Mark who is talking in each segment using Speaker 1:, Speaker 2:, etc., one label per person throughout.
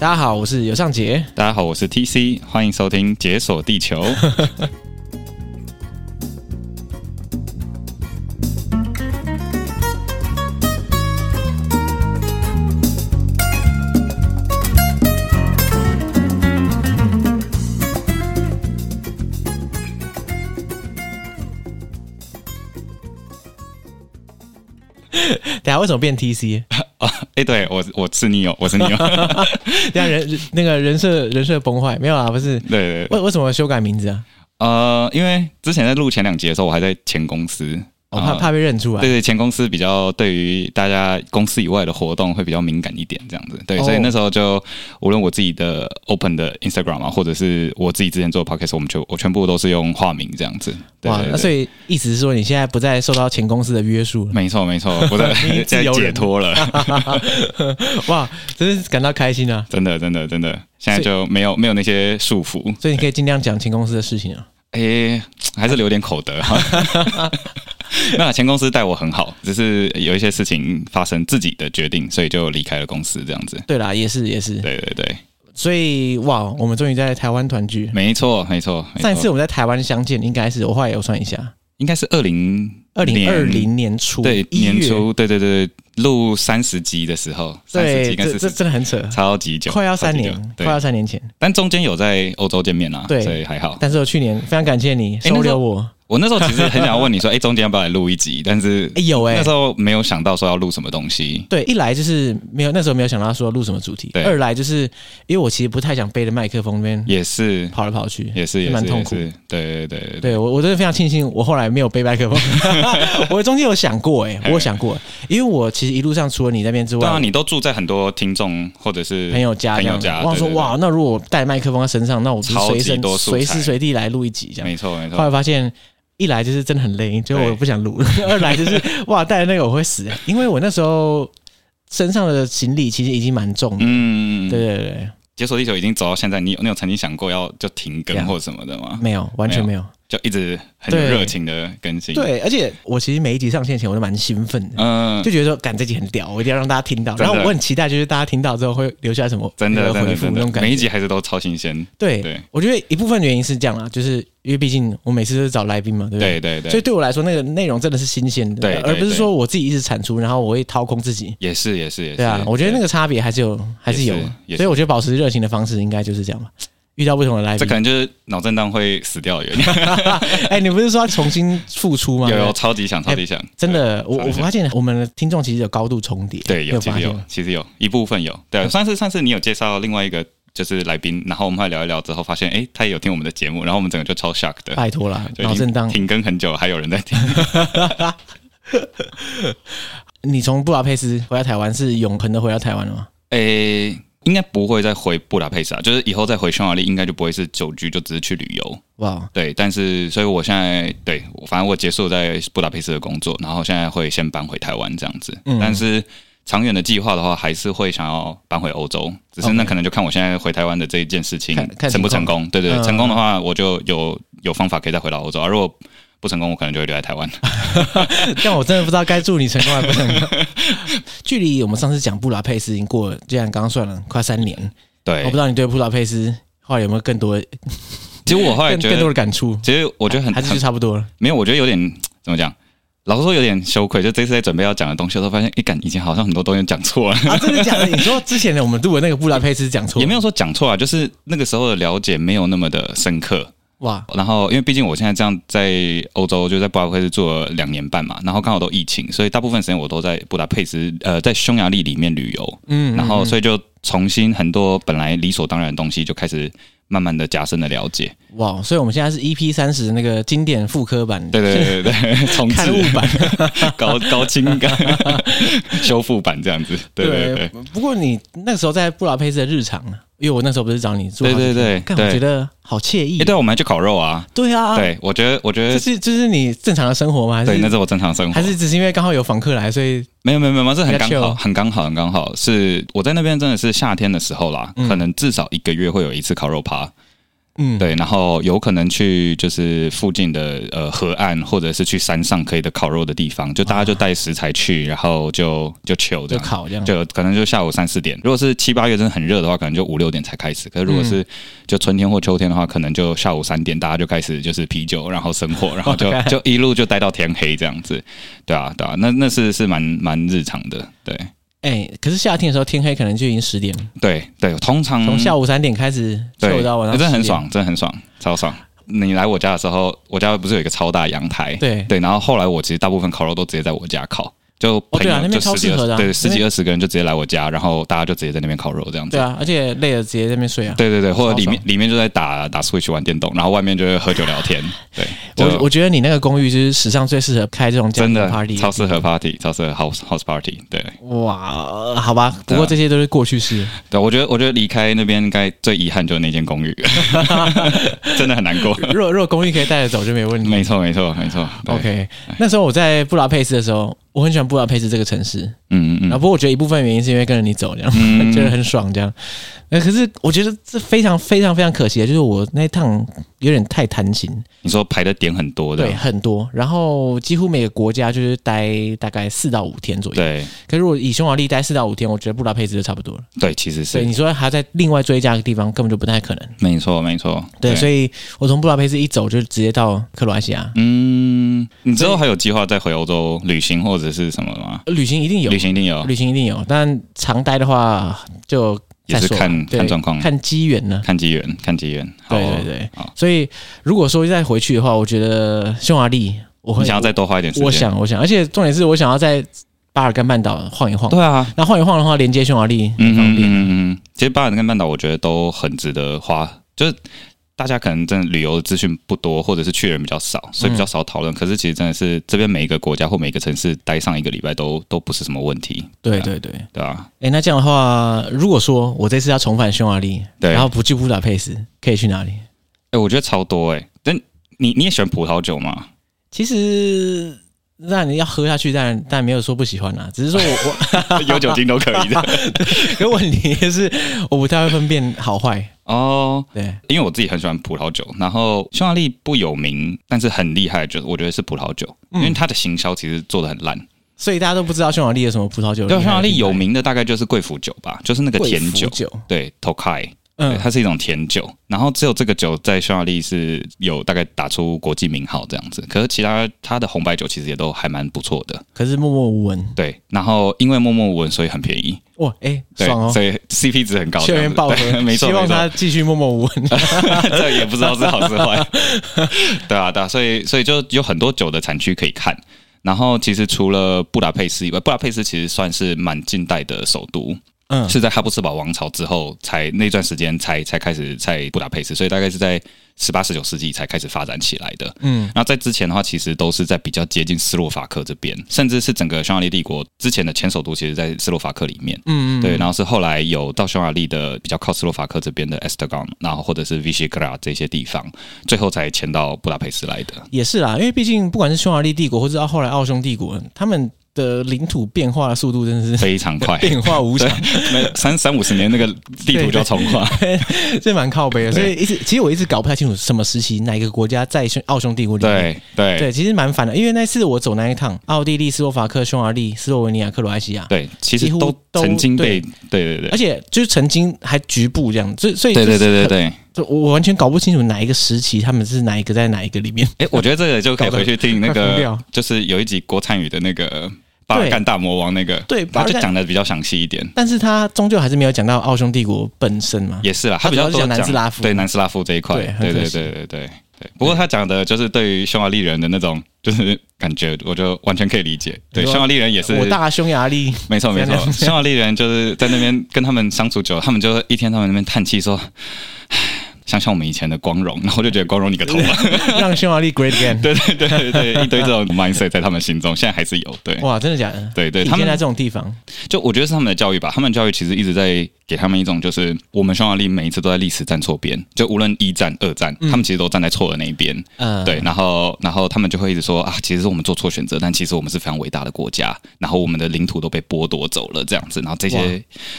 Speaker 1: 大家好，我是尤尚杰。
Speaker 2: 大家好，我是 TC，欢迎收听《解锁 地球》。
Speaker 1: 等一下为什么变 TC？
Speaker 2: 哎，对我我是你哦友，我是 你友。
Speaker 1: 等一下人那个人设人设崩坏没有啊？不是
Speaker 2: 对对对，
Speaker 1: 为为什么修改名字啊？
Speaker 2: 呃，因为之前在录前两集的时候，我还在前公司。
Speaker 1: 我、哦怕
Speaker 2: 呃
Speaker 1: 怕被认出来。
Speaker 2: 对对，前公司比较对于大家公司以外的活动会比较敏感一点，这样子。对，
Speaker 1: 哦
Speaker 2: 所以那时候就无论我自己的 open 的 Instagram 啊，或者是我自己之前做的 podcast，我们全我全部都是用化名这样子。对
Speaker 1: 哇，
Speaker 2: 对
Speaker 1: 那
Speaker 2: 对
Speaker 1: 所以意思是说你现在不再受到前公司的约 束了？
Speaker 2: 没错没错，我在
Speaker 1: 你自
Speaker 2: 在
Speaker 1: 由人
Speaker 2: 解脱了，
Speaker 1: 哇，真是感到开心啊！
Speaker 2: 真的真的真的，现在
Speaker 1: 所
Speaker 2: 就没有没有那些束缚。
Speaker 1: 所以你可以尽量讲前公司的事情啊。
Speaker 2: 诶、还是留点口德哈。 那前公司待我很好，只是有一些事情发生自己的决定，所以就离开了公司这样子。
Speaker 1: 对啦，也是也是。
Speaker 2: 对对对，
Speaker 1: 所以哇，我们终于在台湾团聚。
Speaker 2: 没错没错。没错
Speaker 1: 上一次我们在台湾相见，应该是我后来有算一下，
Speaker 2: 应该是二零
Speaker 1: 二零二零年初，
Speaker 2: 对
Speaker 1: 一月
Speaker 2: 年，初，对对对，录三十集的时候，三十集
Speaker 1: 对，
Speaker 2: 应该
Speaker 1: 这
Speaker 2: 是
Speaker 1: 这真的很扯，
Speaker 2: 超级久，
Speaker 1: 快要三
Speaker 2: 超级久
Speaker 1: 年，快
Speaker 2: 对，
Speaker 1: 要三年前。
Speaker 2: 但中间有在欧洲见面啦、
Speaker 1: 对
Speaker 2: 所以还好。
Speaker 1: 但是我去年非常感谢你
Speaker 2: 诶
Speaker 1: 收
Speaker 2: 哎那时
Speaker 1: 留
Speaker 2: 候
Speaker 1: 我，
Speaker 2: 我那时候其实很想要问你说，哎、中间要不要来录一集？但是
Speaker 1: 哎、有哎、
Speaker 2: 那时候没有想到说要录什么东西。
Speaker 1: 对，一来就是没有那时候没有想到说录什么主题，
Speaker 2: 对
Speaker 1: 二来就是因为我其实不太想背着麦克风那边
Speaker 2: 也是，
Speaker 1: 跑来跑去，
Speaker 2: 也是也
Speaker 1: 蛮
Speaker 2: 是
Speaker 1: 痛
Speaker 2: 也
Speaker 1: 苦
Speaker 2: 是，对对对啊对对，
Speaker 1: 对我我真的非常庆幸我后来没有背麦克 风，我中间有想过哎、我有想过，因为我其实一路上除了你那边之
Speaker 2: 当
Speaker 1: 外
Speaker 2: 然。你都住在很多听众或者是
Speaker 1: 啊朋友家这
Speaker 2: 朋
Speaker 1: 样
Speaker 2: 友
Speaker 1: 子，
Speaker 2: 家，
Speaker 1: 我想
Speaker 2: 对
Speaker 1: 说，，哇，那如果我带麦克风在身上，那我不是
Speaker 2: 超
Speaker 1: 随
Speaker 2: 级
Speaker 1: 身
Speaker 2: 多素材
Speaker 1: 随时随地来录一集这
Speaker 2: 对对
Speaker 1: 样。
Speaker 2: 没错没
Speaker 1: 后
Speaker 2: 错，
Speaker 1: 来发现，一来就是真的很累，就
Speaker 2: 嗯对
Speaker 1: 我不想录了；二来就是 哇，带那个我会死，欸因为我那时候身上的行李其实已经蛮重的。
Speaker 2: 嗯，
Speaker 1: 对对对，
Speaker 2: 解锁地球已经走到现在，你有你有曾经想过要就停
Speaker 1: 对啊
Speaker 2: 更或什么的吗？
Speaker 1: 没有，完全没有。
Speaker 2: 就一直很有
Speaker 1: 对
Speaker 2: 热情的更新，，
Speaker 1: 对，而且我其实每一集上线前我都蛮兴奋的，
Speaker 2: 嗯
Speaker 1: 就，觉得说，感这集很屌，我一定要让大家听到。
Speaker 2: 真的
Speaker 1: 然后我很期待，就是大家听到之后会留下什么
Speaker 2: 真
Speaker 1: 那
Speaker 2: 的
Speaker 1: 个
Speaker 2: 真
Speaker 1: 回
Speaker 2: 的
Speaker 1: 复
Speaker 2: 真
Speaker 1: 那种
Speaker 2: 的，
Speaker 1: 感
Speaker 2: 每一
Speaker 1: 觉。
Speaker 2: 集还是都超新鲜，
Speaker 1: 对
Speaker 2: 对，
Speaker 1: 我觉得一部分原因是这样啦，就是因为毕竟我每次都是找来宾嘛，对不对？
Speaker 2: 对对对，
Speaker 1: 所以对我来说，那个内容真的是新鲜的，
Speaker 2: 对对
Speaker 1: 而不是
Speaker 2: 对
Speaker 1: 说我自己一直产出，然后我会掏空自己。
Speaker 2: 也是也是也是，
Speaker 1: 对啊，我觉得那
Speaker 2: 个
Speaker 1: 个差别还是有，还是有
Speaker 2: 也是也，是
Speaker 1: 所以我觉得保持热情的方式应该就是这样吧。遇到不同的来
Speaker 2: 这
Speaker 1: 宾
Speaker 2: 可，能就是脑震荡会死掉 的原因，
Speaker 1: 哎、你不是说要重新付出吗？
Speaker 2: 有有超级想超级想，
Speaker 1: 哎真的，我
Speaker 2: 超
Speaker 1: 我
Speaker 2: 级想
Speaker 1: 发现我们的听众其实有高度重叠，
Speaker 2: 对，有
Speaker 1: 有
Speaker 2: 其
Speaker 1: 发
Speaker 2: 实
Speaker 1: 现嗯
Speaker 2: 有
Speaker 1: 吗，
Speaker 2: 其实有一部分有。对，上次上次你有介绍另外一个就是来宾，然后我们还聊一聊之后，发现哎、诶他也有听我们的节目，然后我们整个就超 shock 的，
Speaker 1: 拜托啦，
Speaker 2: 就已
Speaker 1: 哎脑
Speaker 2: 经
Speaker 1: 震荡。
Speaker 2: 停更很久，还有人在听。
Speaker 1: 你从布达佩斯回到台湾是永恒的回到台湾了吗？
Speaker 2: 哎、应该不会再回布达佩斯啊，就是以后再回匈牙利，应该就不会是久居，就只是去旅游。
Speaker 1: 哇，
Speaker 2: 对，但是所以我现在对，反正我结束在布达佩斯的工作，然后现在会先搬回台湾这样子。
Speaker 1: 嗯
Speaker 2: 但是长远的计划的话，还是会想要搬回欧洲，只是
Speaker 1: OK
Speaker 2: 那可能就看我现在回台湾的这一件事情
Speaker 1: 看看情
Speaker 2: 成不成
Speaker 1: 况
Speaker 2: 功。对对对，
Speaker 1: 嗯
Speaker 2: 成功的话，我就有有方法可以再回到欧洲；而啊如果不成功，我可能就会留在 台湾。
Speaker 1: 但我真的不知道该祝你成功还不成功。 距离我们上次讲布达佩斯已经过了，既然刚刚算了快三年，我不
Speaker 2: 对
Speaker 1: 知，道你对布达佩斯后来有没有更多的
Speaker 2: 其实我后来
Speaker 1: 更
Speaker 2: 觉
Speaker 1: 更多
Speaker 2: 得，
Speaker 1: 的感触？
Speaker 2: 其实我觉得很
Speaker 1: 还是
Speaker 2: 很
Speaker 1: 就差不多了。
Speaker 2: 没有，我觉得有点怎么讲。老实说，有点羞愧。就这次在准备要讲的东西的时候，发现一感以前好像很多东西讲错了，
Speaker 1: 啊，真的假 的？你说之前的我们录的那个布达佩斯讲错，
Speaker 2: 也没有说讲错啊，就是那个时候的了解没有那么的深刻。
Speaker 1: 哇，
Speaker 2: 然后，因为毕竟我现在这样在欧洲，就在布达佩斯住了两年半嘛，然后刚好都疫情，所以大部分时间我都在布达佩斯，呃，在匈牙利里面旅游，
Speaker 1: 嗯，
Speaker 2: 然后
Speaker 1: 嗯
Speaker 2: 所以就重新很多本来理所当然的东西，就开始慢慢的加深的了解。
Speaker 1: 哇，所以我们现在是 EP 三十那个经典复刻版，
Speaker 2: 对对对 对对，重
Speaker 1: 看物
Speaker 2: 置
Speaker 1: 版，
Speaker 2: 高高清 感修复版这样子， 对对对。。
Speaker 1: 不过你那时候在布达佩斯的日常呢，因为我那时候不是找你住，
Speaker 2: 对对对
Speaker 1: 看
Speaker 2: 对
Speaker 1: 我觉得好惬意
Speaker 2: 哎、，对，我们还去烤肉啊！
Speaker 1: 对啊，，
Speaker 2: 对，我觉得，我觉
Speaker 1: 这
Speaker 2: 得，
Speaker 1: 是这是你正常的生活吗？还
Speaker 2: 对，那
Speaker 1: 是
Speaker 2: 是我正常生活
Speaker 1: 还。是只是因为刚好有访客来，所以
Speaker 2: 没有没有没有，是很
Speaker 1: 比较
Speaker 2: 刚
Speaker 1: chill
Speaker 2: 好，很刚好，很刚好。是我在那边真的是夏天的时候啦，
Speaker 1: 嗯
Speaker 2: 可能至少一个月会有一次烤肉趴。
Speaker 1: 嗯，
Speaker 2: 对，然后有可能去就是附近的呃河岸，或者是去山上可以的烤肉的地方，就大家就带食材去，然后就就 chill
Speaker 1: 就
Speaker 2: 这样。
Speaker 1: 烤这样，
Speaker 2: 啊就可能就下午三四点，如果是七八月真的很热的话，可能就五六点才开始。可是如
Speaker 1: 嗯
Speaker 2: 果是就春天或秋天的话，可能就下午三点大家就开始就是啤酒，然后生火，然后就
Speaker 1: OK
Speaker 2: 就一路就待到天黑这样子。对啊，对啊，那那是是蛮蛮日常的。对
Speaker 1: 哎，可是夏天的时候天黑可能就已经十点了，
Speaker 2: 对对，通常
Speaker 1: 从下午三点开始
Speaker 2: 嗯对
Speaker 1: 秀到晚上，
Speaker 2: 真的很。爽，真的很爽，超爽。你来我家的时候，我家不是有一个超大阳台？
Speaker 1: 对
Speaker 2: 对，然后后来我其实大部分烤肉都直接在我家烤，就
Speaker 1: 哦
Speaker 2: 朋
Speaker 1: 对啊
Speaker 2: 友
Speaker 1: 那边
Speaker 2: 就
Speaker 1: 超
Speaker 2: 十几
Speaker 1: 适合
Speaker 2: 二
Speaker 1: 的啊
Speaker 2: 十对十
Speaker 1: 那
Speaker 2: 几
Speaker 1: 边
Speaker 2: 二十个人就直接来我家，然后大家就直接在那边烤肉这样子
Speaker 1: 对。啊，而且累了直接在那边睡啊。
Speaker 2: 对对对，或者
Speaker 1: 超
Speaker 2: 里面里面就在打打 Switch 玩电动，然后外面就是喝酒聊天，对，
Speaker 1: 我
Speaker 2: 就
Speaker 1: 我觉得你那个公寓就是史上最适合开这种家
Speaker 2: 真
Speaker 1: 庭
Speaker 2: 的
Speaker 1: party，嗯
Speaker 2: 超适合 party，超适合 house house party，对
Speaker 1: 哇，好吧，不
Speaker 2: 对啊
Speaker 1: 过这些都是过去式。
Speaker 2: 对，我觉得我觉得离开那边应该最遗憾就是那间 公寓，真的很难过，
Speaker 1: 如果如果公寓可以带着走就没问题。
Speaker 2: 没错没错没错嗯对
Speaker 1: OK，那时候我在布达佩斯的时候，我很喜欢布达佩斯这个城市，
Speaker 2: 嗯嗯
Speaker 1: 然后
Speaker 2: 嗯，
Speaker 1: 不过我觉得一部分原因是因为跟着你走这样，
Speaker 2: 嗯
Speaker 1: 觉得很爽这样。那可是我觉得这非常非常非常可惜的，就是我那一趟有点太贪心，
Speaker 2: 你说排的点很多的
Speaker 1: 对，，很多，然后几乎每个国家就是待大概四到五天左右。
Speaker 2: 对
Speaker 1: 可是如果以匈牙利待四到五天，我觉得布达佩斯就差不多了。
Speaker 2: 对，其实
Speaker 1: 所以
Speaker 2: 是
Speaker 1: 你说还要再另外追加一个地方，根本就不太可能。
Speaker 2: 没错没错，
Speaker 1: 对，所以我从布达佩斯一走就直接到克罗埃西亚，
Speaker 2: 嗯，你之后还有计划再回欧洲旅行或者是什么吗？
Speaker 1: 旅行一定有啊
Speaker 2: 旅，行一定有，
Speaker 1: 旅行一定有，但常待的话就
Speaker 2: 也
Speaker 1: 再
Speaker 2: 是
Speaker 1: 说吧
Speaker 2: 看
Speaker 1: 对
Speaker 2: 看状况，
Speaker 1: 看机缘呢。
Speaker 2: 看机缘，看机缘。好
Speaker 1: 对
Speaker 2: 哦
Speaker 1: 对对
Speaker 2: 好，
Speaker 1: 所以如果说再回去的话，我觉得匈牙利我会
Speaker 2: 你想要再多花一点时间？
Speaker 1: 我想我想，而且重点是我想要在巴尔干半岛晃一晃，
Speaker 2: 对啊，
Speaker 1: 那晃一晃的话，连接匈牙利很
Speaker 2: 嗯嗯
Speaker 1: 方
Speaker 2: 嗯
Speaker 1: 便。
Speaker 2: 嗯嗯，其实巴尔跟半岛我觉得都很值得花，就是大家可能真的旅游资讯不多，或者是去的人比较少，所
Speaker 1: 嗯
Speaker 2: 以比较少讨论。可是其实真的是这边每一个国家或每一个城市待上一个礼拜都都不是什么问题，
Speaker 1: 对对对，
Speaker 2: 对啊？
Speaker 1: 哎，那这样的话，如果说我这次要重返匈牙利，
Speaker 2: 对。
Speaker 1: 然
Speaker 2: 哎
Speaker 1: 后不去布达佩斯，可以去哪里？、
Speaker 2: 我觉得超多哎、但你你也喜欢葡萄酒吗？
Speaker 1: 其实那你要喝下去，但但没有说不喜欢啊啦，只是说我 我
Speaker 2: 有酒精都可以的
Speaker 1: 可是问题是我不太会分辨好坏。
Speaker 2: 哦。
Speaker 1: 对，
Speaker 2: 因为我自己很喜欢葡萄酒，然后匈牙利不有名，但是很厉害，就是我觉得是葡萄酒，因
Speaker 1: 嗯
Speaker 2: 为它的行销其实做的很烂。
Speaker 1: 所以大家都不知道匈牙利有什么葡萄酒。
Speaker 2: 对，匈牙利有名的大概就是贵腐酒吧，就是那个
Speaker 1: 贵
Speaker 2: 甜
Speaker 1: 腐
Speaker 2: 酒，
Speaker 1: 酒，
Speaker 2: 对，Tokai，对
Speaker 1: 嗯，
Speaker 2: 它是一种甜酒。然后只有这个酒在匈牙利是有大概打出国际名号这样子，可是其他它的红白酒其实也都还蛮不错的。
Speaker 1: 可是默默无闻。
Speaker 2: 对，然后因为默默无闻，所以很便宜，
Speaker 1: 哇，哎，
Speaker 2: 对，
Speaker 1: 爽哦，
Speaker 2: 所以 CP 值很高这
Speaker 1: 校
Speaker 2: 样
Speaker 1: 园
Speaker 2: 子，
Speaker 1: 爆
Speaker 2: 对
Speaker 1: 喝，
Speaker 2: 没错，
Speaker 1: 希望
Speaker 2: 没错
Speaker 1: 他继续默默无闻。
Speaker 2: 这也不知道是好是坏， 对啊，对啊，所以所以就有很多酒的产区可以看。然后其实除了布达佩斯以外，布达佩斯其实算是蛮近代的首都，
Speaker 1: 嗯，
Speaker 2: 是在哈布斯堡王朝之后才那段时间才才开始在布达佩斯，所以大概是在十八十九世纪才开始发展起来的。
Speaker 1: 嗯，
Speaker 2: 那在之前的话，其实都是在比较接近斯洛伐克这边，甚至是整个匈牙利帝国之前的前首都，其实在斯洛伐克里面。
Speaker 1: 嗯嗯，
Speaker 2: 对，然后是后来有到匈牙利的比较靠斯洛伐克这边的 Estagon，然后或者是 Visegrad 这些地方，最后才迁到布达佩斯来 的。
Speaker 1: 也是啦，因为毕竟不管是匈牙利帝国，或者到后来奥匈帝国，他们的领土变化的速度真的是，
Speaker 2: 非常快
Speaker 1: 变化无常。
Speaker 2: 那三三五十年那个地图就要重 画。
Speaker 1: 这蛮靠背的，所
Speaker 2: 对
Speaker 1: 以一直其实我一直搞不太清楚什么时期哪一个国家在匈奥匈帝国里面。
Speaker 2: 对对对
Speaker 1: 对，其实蛮烦的，因为那次我走那一趟，奥地利、斯洛伐克、匈牙利、斯洛文尼亚、克罗埃西亚，
Speaker 2: 其实
Speaker 1: 几乎
Speaker 2: 都
Speaker 1: 都
Speaker 2: 曾经被
Speaker 1: 对
Speaker 2: 对对对
Speaker 1: 而且就是曾经还局部这样，所以所以
Speaker 2: 对对对对
Speaker 1: 对
Speaker 2: 对。，
Speaker 1: 就我完全搞不清楚哪一个时期他们是哪一个在哪一个里面。
Speaker 2: 哎，我觉得这个就可以回去听那
Speaker 1: 搞得快疯
Speaker 2: 个
Speaker 1: 掉，
Speaker 2: 就是有一集郭灿宇的那个。巴尔干大魔王那个，
Speaker 1: 对巴
Speaker 2: 他
Speaker 1: 尔
Speaker 2: 就
Speaker 1: 干
Speaker 2: 讲的比较详细一点，
Speaker 1: 但是他终究还是没有讲到奥匈帝国本身嘛。
Speaker 2: 也是啦，
Speaker 1: 他
Speaker 2: 比较
Speaker 1: 主
Speaker 2: 多
Speaker 1: 要是讲南斯拉夫
Speaker 2: 对南斯拉夫这一块，
Speaker 1: 对
Speaker 2: 对
Speaker 1: 很
Speaker 2: 对
Speaker 1: 可
Speaker 2: 对
Speaker 1: 惜
Speaker 2: 对对对对。不过他讲的就是对于匈牙利人的那种就是感觉，我就完全可以理解。对，
Speaker 1: 你说
Speaker 2: 匈牙利人也是，
Speaker 1: 我大匈牙 利，
Speaker 2: 没错没错
Speaker 1: 这样，
Speaker 2: 匈牙利人就是在那边跟他们相处久了，他们就一天到晚在那边叹气说。唉 想想我们以前的光荣，然后我就觉得光荣你个头啊！
Speaker 1: 让匈牙利 great again。
Speaker 2: 对对对对对，一堆这种 mindset 在他们心中，现在还是有。对
Speaker 1: 哇，真的假的？
Speaker 2: 对对，
Speaker 1: 体
Speaker 2: 他
Speaker 1: 哦现
Speaker 2: 们
Speaker 1: 在这种地方，
Speaker 2: 就我觉得是他们的教育吧，他们教育其实一直在给他们一种，就是我们匈牙利每一次都在历史站错边，就无论一战、二战，
Speaker 1: 嗯
Speaker 2: 他们其实都站在错的那一边。
Speaker 1: 呃，
Speaker 2: 对，然后然后他们就会一直说啊，其实是我们做错选择，但其实我们是非常伟大的国家，然后我们的领土都被剥夺走了这
Speaker 1: 啊
Speaker 2: 样子，然后这些，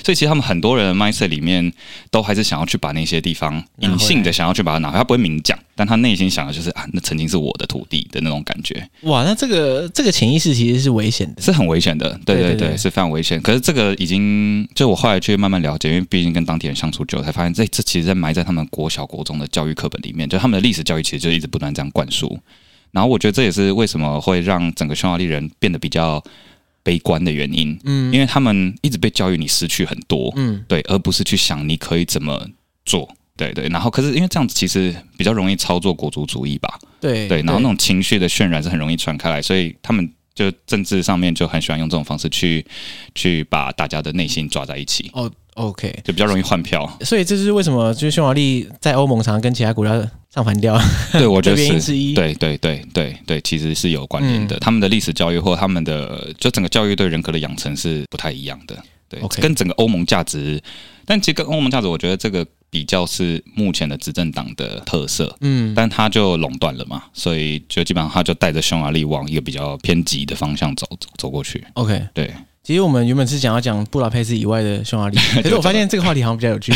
Speaker 2: 所以其实他们很多人的 mindset 里面都还是想要去把那些地方赢理性的想要去把它拿回来，他不会明讲，但他内心想的就是啊，那曾经是我的土地的那种感觉，
Speaker 1: 哇，那这个这个潜意识其实是危险的。
Speaker 2: 是很危险的。
Speaker 1: 对
Speaker 2: 对对
Speaker 1: 对
Speaker 2: 对，
Speaker 1: 对
Speaker 2: 是非常危险。可是这个已经，就我后来去慢慢了解，因为毕竟跟当地人相处久了，才发现这这其实在埋在他们国小国中的教育课本里面，就他们的历史教育其实就一直不断这样灌输。然后我觉得这也是为什么会让整个匈牙利人变得比较悲观的原因，
Speaker 1: 嗯
Speaker 2: 因为他们一直被教育你失去很多，
Speaker 1: 嗯，
Speaker 2: 对，而不是去想你可以怎么做。对对，然后可是因为这样子其实比较容易操作国族主义吧，
Speaker 1: 对
Speaker 2: 对，然后那种情绪的渲染是很容易传开来，所以他们就政治上面就很喜欢用这种方式去去把大家的内心抓在一起，
Speaker 1: 哦，OK。。
Speaker 2: 就比较容易换票
Speaker 1: 所以这就是为什么就是匈牙利在欧盟常常跟其他国家唱反调
Speaker 2: 对，我觉
Speaker 1: 的
Speaker 2: 得
Speaker 1: 原因
Speaker 2: 是。
Speaker 1: 之一。，嗯
Speaker 2: 对对对对对，其实是有关联的。他们的历史教育或他们的就整个教育对人格的养成是不太一样的，对
Speaker 1: OK
Speaker 2: 跟整个欧盟价值，但其实跟欧盟价值，我觉得这个比较是目前的执政党的特色。
Speaker 1: 嗯，
Speaker 2: 但他就垄断了嘛，所以就基本上他就带着匈牙利往一个比较偏激的方向走走走过去。
Speaker 1: OK，
Speaker 2: 对，
Speaker 1: 其实我们原本是想要讲布达佩斯以外的匈牙利， 可是我发现这个话题好像比较有趣。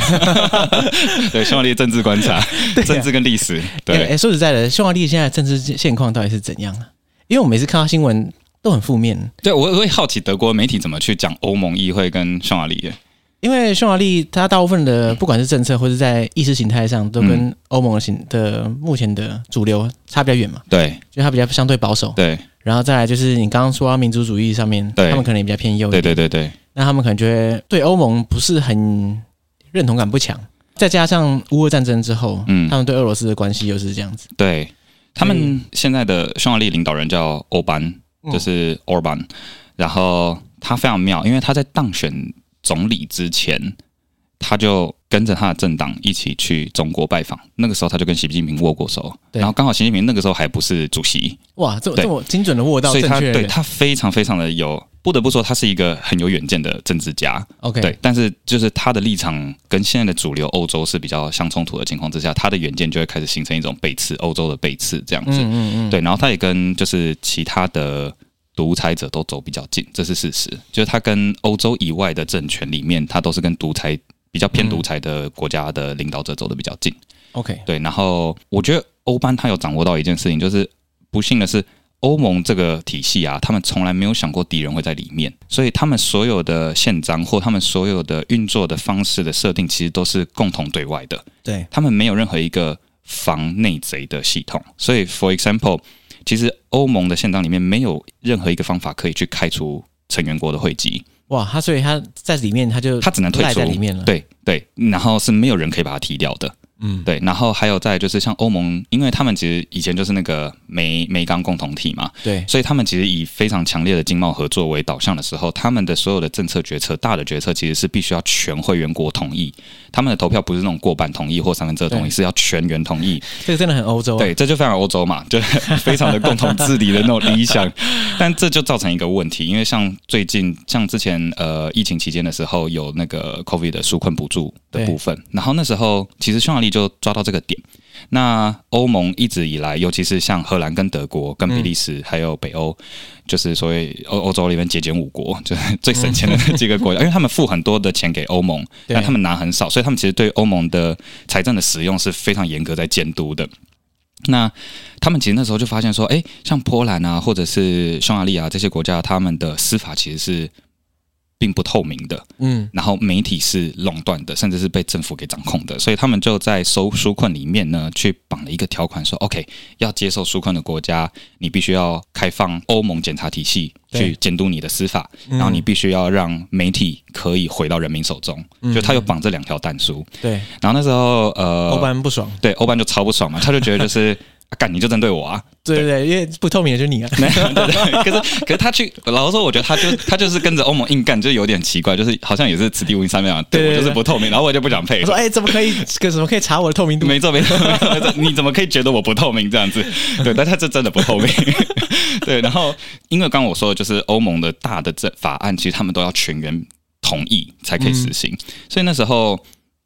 Speaker 2: 对，匈牙利的政治观 察、政治跟历 史，
Speaker 1: 哎、
Speaker 2: 对，
Speaker 1: 哎说实在的，匈牙利现在的政治现况到底是怎样啊？因为我每次看到新闻都很负面，
Speaker 2: 对我我会好奇德国媒体怎么去讲欧盟议会跟匈牙利耶。
Speaker 1: 因为匈牙利它大部分的不管是政策或是在意识形态上，都
Speaker 2: 嗯
Speaker 1: 跟欧盟的形的目前的主流差比较远嘛，
Speaker 2: 对
Speaker 1: 就它比较相对保守。
Speaker 2: 对
Speaker 1: 然后再来就是你刚刚说到民族主义上面，
Speaker 2: 对
Speaker 1: 他们可能也比较偏右一点，
Speaker 2: 对对对对
Speaker 1: 那他们可能觉得对欧盟不是很认同感不强，再加上乌俄战争之后，
Speaker 2: 嗯
Speaker 1: 他们对俄罗斯的关系又是这样子，
Speaker 2: 对，嗯他们现在的匈牙利领导人叫欧班，
Speaker 1: 嗯
Speaker 2: 就是 Orban，、然后他非常妙，因为他在当选总理之前，他就跟着他的政党一起去中国拜访，那个时候他就跟习近平握过手，
Speaker 1: 对
Speaker 2: 然后刚好习近平那个时候还不是主席，
Speaker 1: 哇，这
Speaker 2: 对
Speaker 1: 这么精准的握到
Speaker 2: 所以
Speaker 1: 正
Speaker 2: 他
Speaker 1: 确
Speaker 2: 对
Speaker 1: 的
Speaker 2: 他非常非常的有，不得不说他是一个很有远见的政治家。
Speaker 1: ，OK，
Speaker 2: 对，但是就是他的立场跟现在的主流欧洲是比较相冲突的情况之下，他的远见就会开始形成一种背刺，欧洲的背刺这样子。
Speaker 1: 嗯嗯嗯，
Speaker 2: 对，然后他也跟就是其他的独裁者都走比较近，这是事实。就是他跟欧洲以外的政权里面，他都是跟独裁比较
Speaker 1: 嗯
Speaker 2: 偏独裁的国家的领导者走的比较近。
Speaker 1: ，OK，
Speaker 2: 对，然后我觉得欧班他有掌握到一件事情，就是不幸的是。欧盟这个体系啊，他们从来没有想过敌人会在里面，所以他们所有的宪章或他们所有的运作的方式的设定，其实都是共同对外的。
Speaker 1: 对，
Speaker 2: 他们没有任何一个防内贼的系统。所以，for example，其实欧盟的宪章里面没有任何一个方法可以去开除成员国的会籍，
Speaker 1: 哇，他所以他在里面他就
Speaker 2: 他只能退
Speaker 1: 赖
Speaker 2: 出
Speaker 1: 在里面了，
Speaker 2: 对对，然后是没有人可以把它踢掉的。
Speaker 1: 嗯，
Speaker 2: 对，然后还有再来就是像欧盟，因为他们其实以前就是那个煤煤钢共同体嘛，
Speaker 1: 对，
Speaker 2: 所以他们其实以非常强烈的经贸合作为导向的时候，他们的所有的政策决策、大的决策其实是必须要全会员国同意，他们的投票不是那种过半同意或三分之二同意，
Speaker 1: 对
Speaker 2: 是要全员同意。
Speaker 1: 这个真的很欧洲、啊，
Speaker 2: 对，这就非常欧洲嘛，就是 非常的共同治理的那种理想。但这就造成一个问题，因为像最近，像之前呃疫情期间的时候，有那个 COVID 的纾困补助的部分，然后那时候其实匈牙利就抓到这个点。那欧盟一直以来，尤其是像荷兰、跟德国、
Speaker 1: 嗯
Speaker 2: 跟比利时，还有北欧，就是所谓欧欧洲里面节俭五国，就是最省钱的那几个国家， 因为他们付很多的钱给欧盟，
Speaker 1: 对
Speaker 2: 但他们拿很少，所以他们其实对欧盟的财政的使用是非常严格在监督的。那他们其实那时候就发现说，哎、像波兰啊，或者是匈牙利啊这些国家，他们的司法其实是并不透明的，
Speaker 1: 嗯，
Speaker 2: 然后媒体是垄断的，甚至是被政府给掌控的，所以他们就在收纾困里面呢，去绑了一个条款说，OK，要接受纾困的国家，你必须要开放欧盟检察体系
Speaker 1: 对
Speaker 2: 去监督你的司法，
Speaker 1: 嗯
Speaker 2: 然后你必须要让媒体可以回到人民手中，
Speaker 1: 嗯
Speaker 2: 就他有绑这两条弹书，
Speaker 1: 对，
Speaker 2: 然后那时候呃，
Speaker 1: 欧班不爽，
Speaker 2: 对欧班就超不爽嘛，他就觉得就是。 啊干、你就针对我啊！
Speaker 1: 对对对，因为不透明的就是你啊，
Speaker 2: 没有 对对对可是可是他去，老实说，我觉得他就他就是跟着欧盟硬干，就有点奇怪，就是好像也是此地无银三百两，
Speaker 1: 对
Speaker 2: 对
Speaker 1: 对
Speaker 2: 我
Speaker 1: 对
Speaker 2: 就是不透明，然后我就不想配
Speaker 1: 我
Speaker 2: 合
Speaker 1: 说。哎、怎么可以，可怎么可以查我的透明度？
Speaker 2: 没错，没错，没错没错，你怎么可以觉得我不透明这样子？对，但他这真的不透明。 对，然后因为刚刚我说的就是欧盟的大的这法案，其实他们都要全员同意才可以实行，所以那时候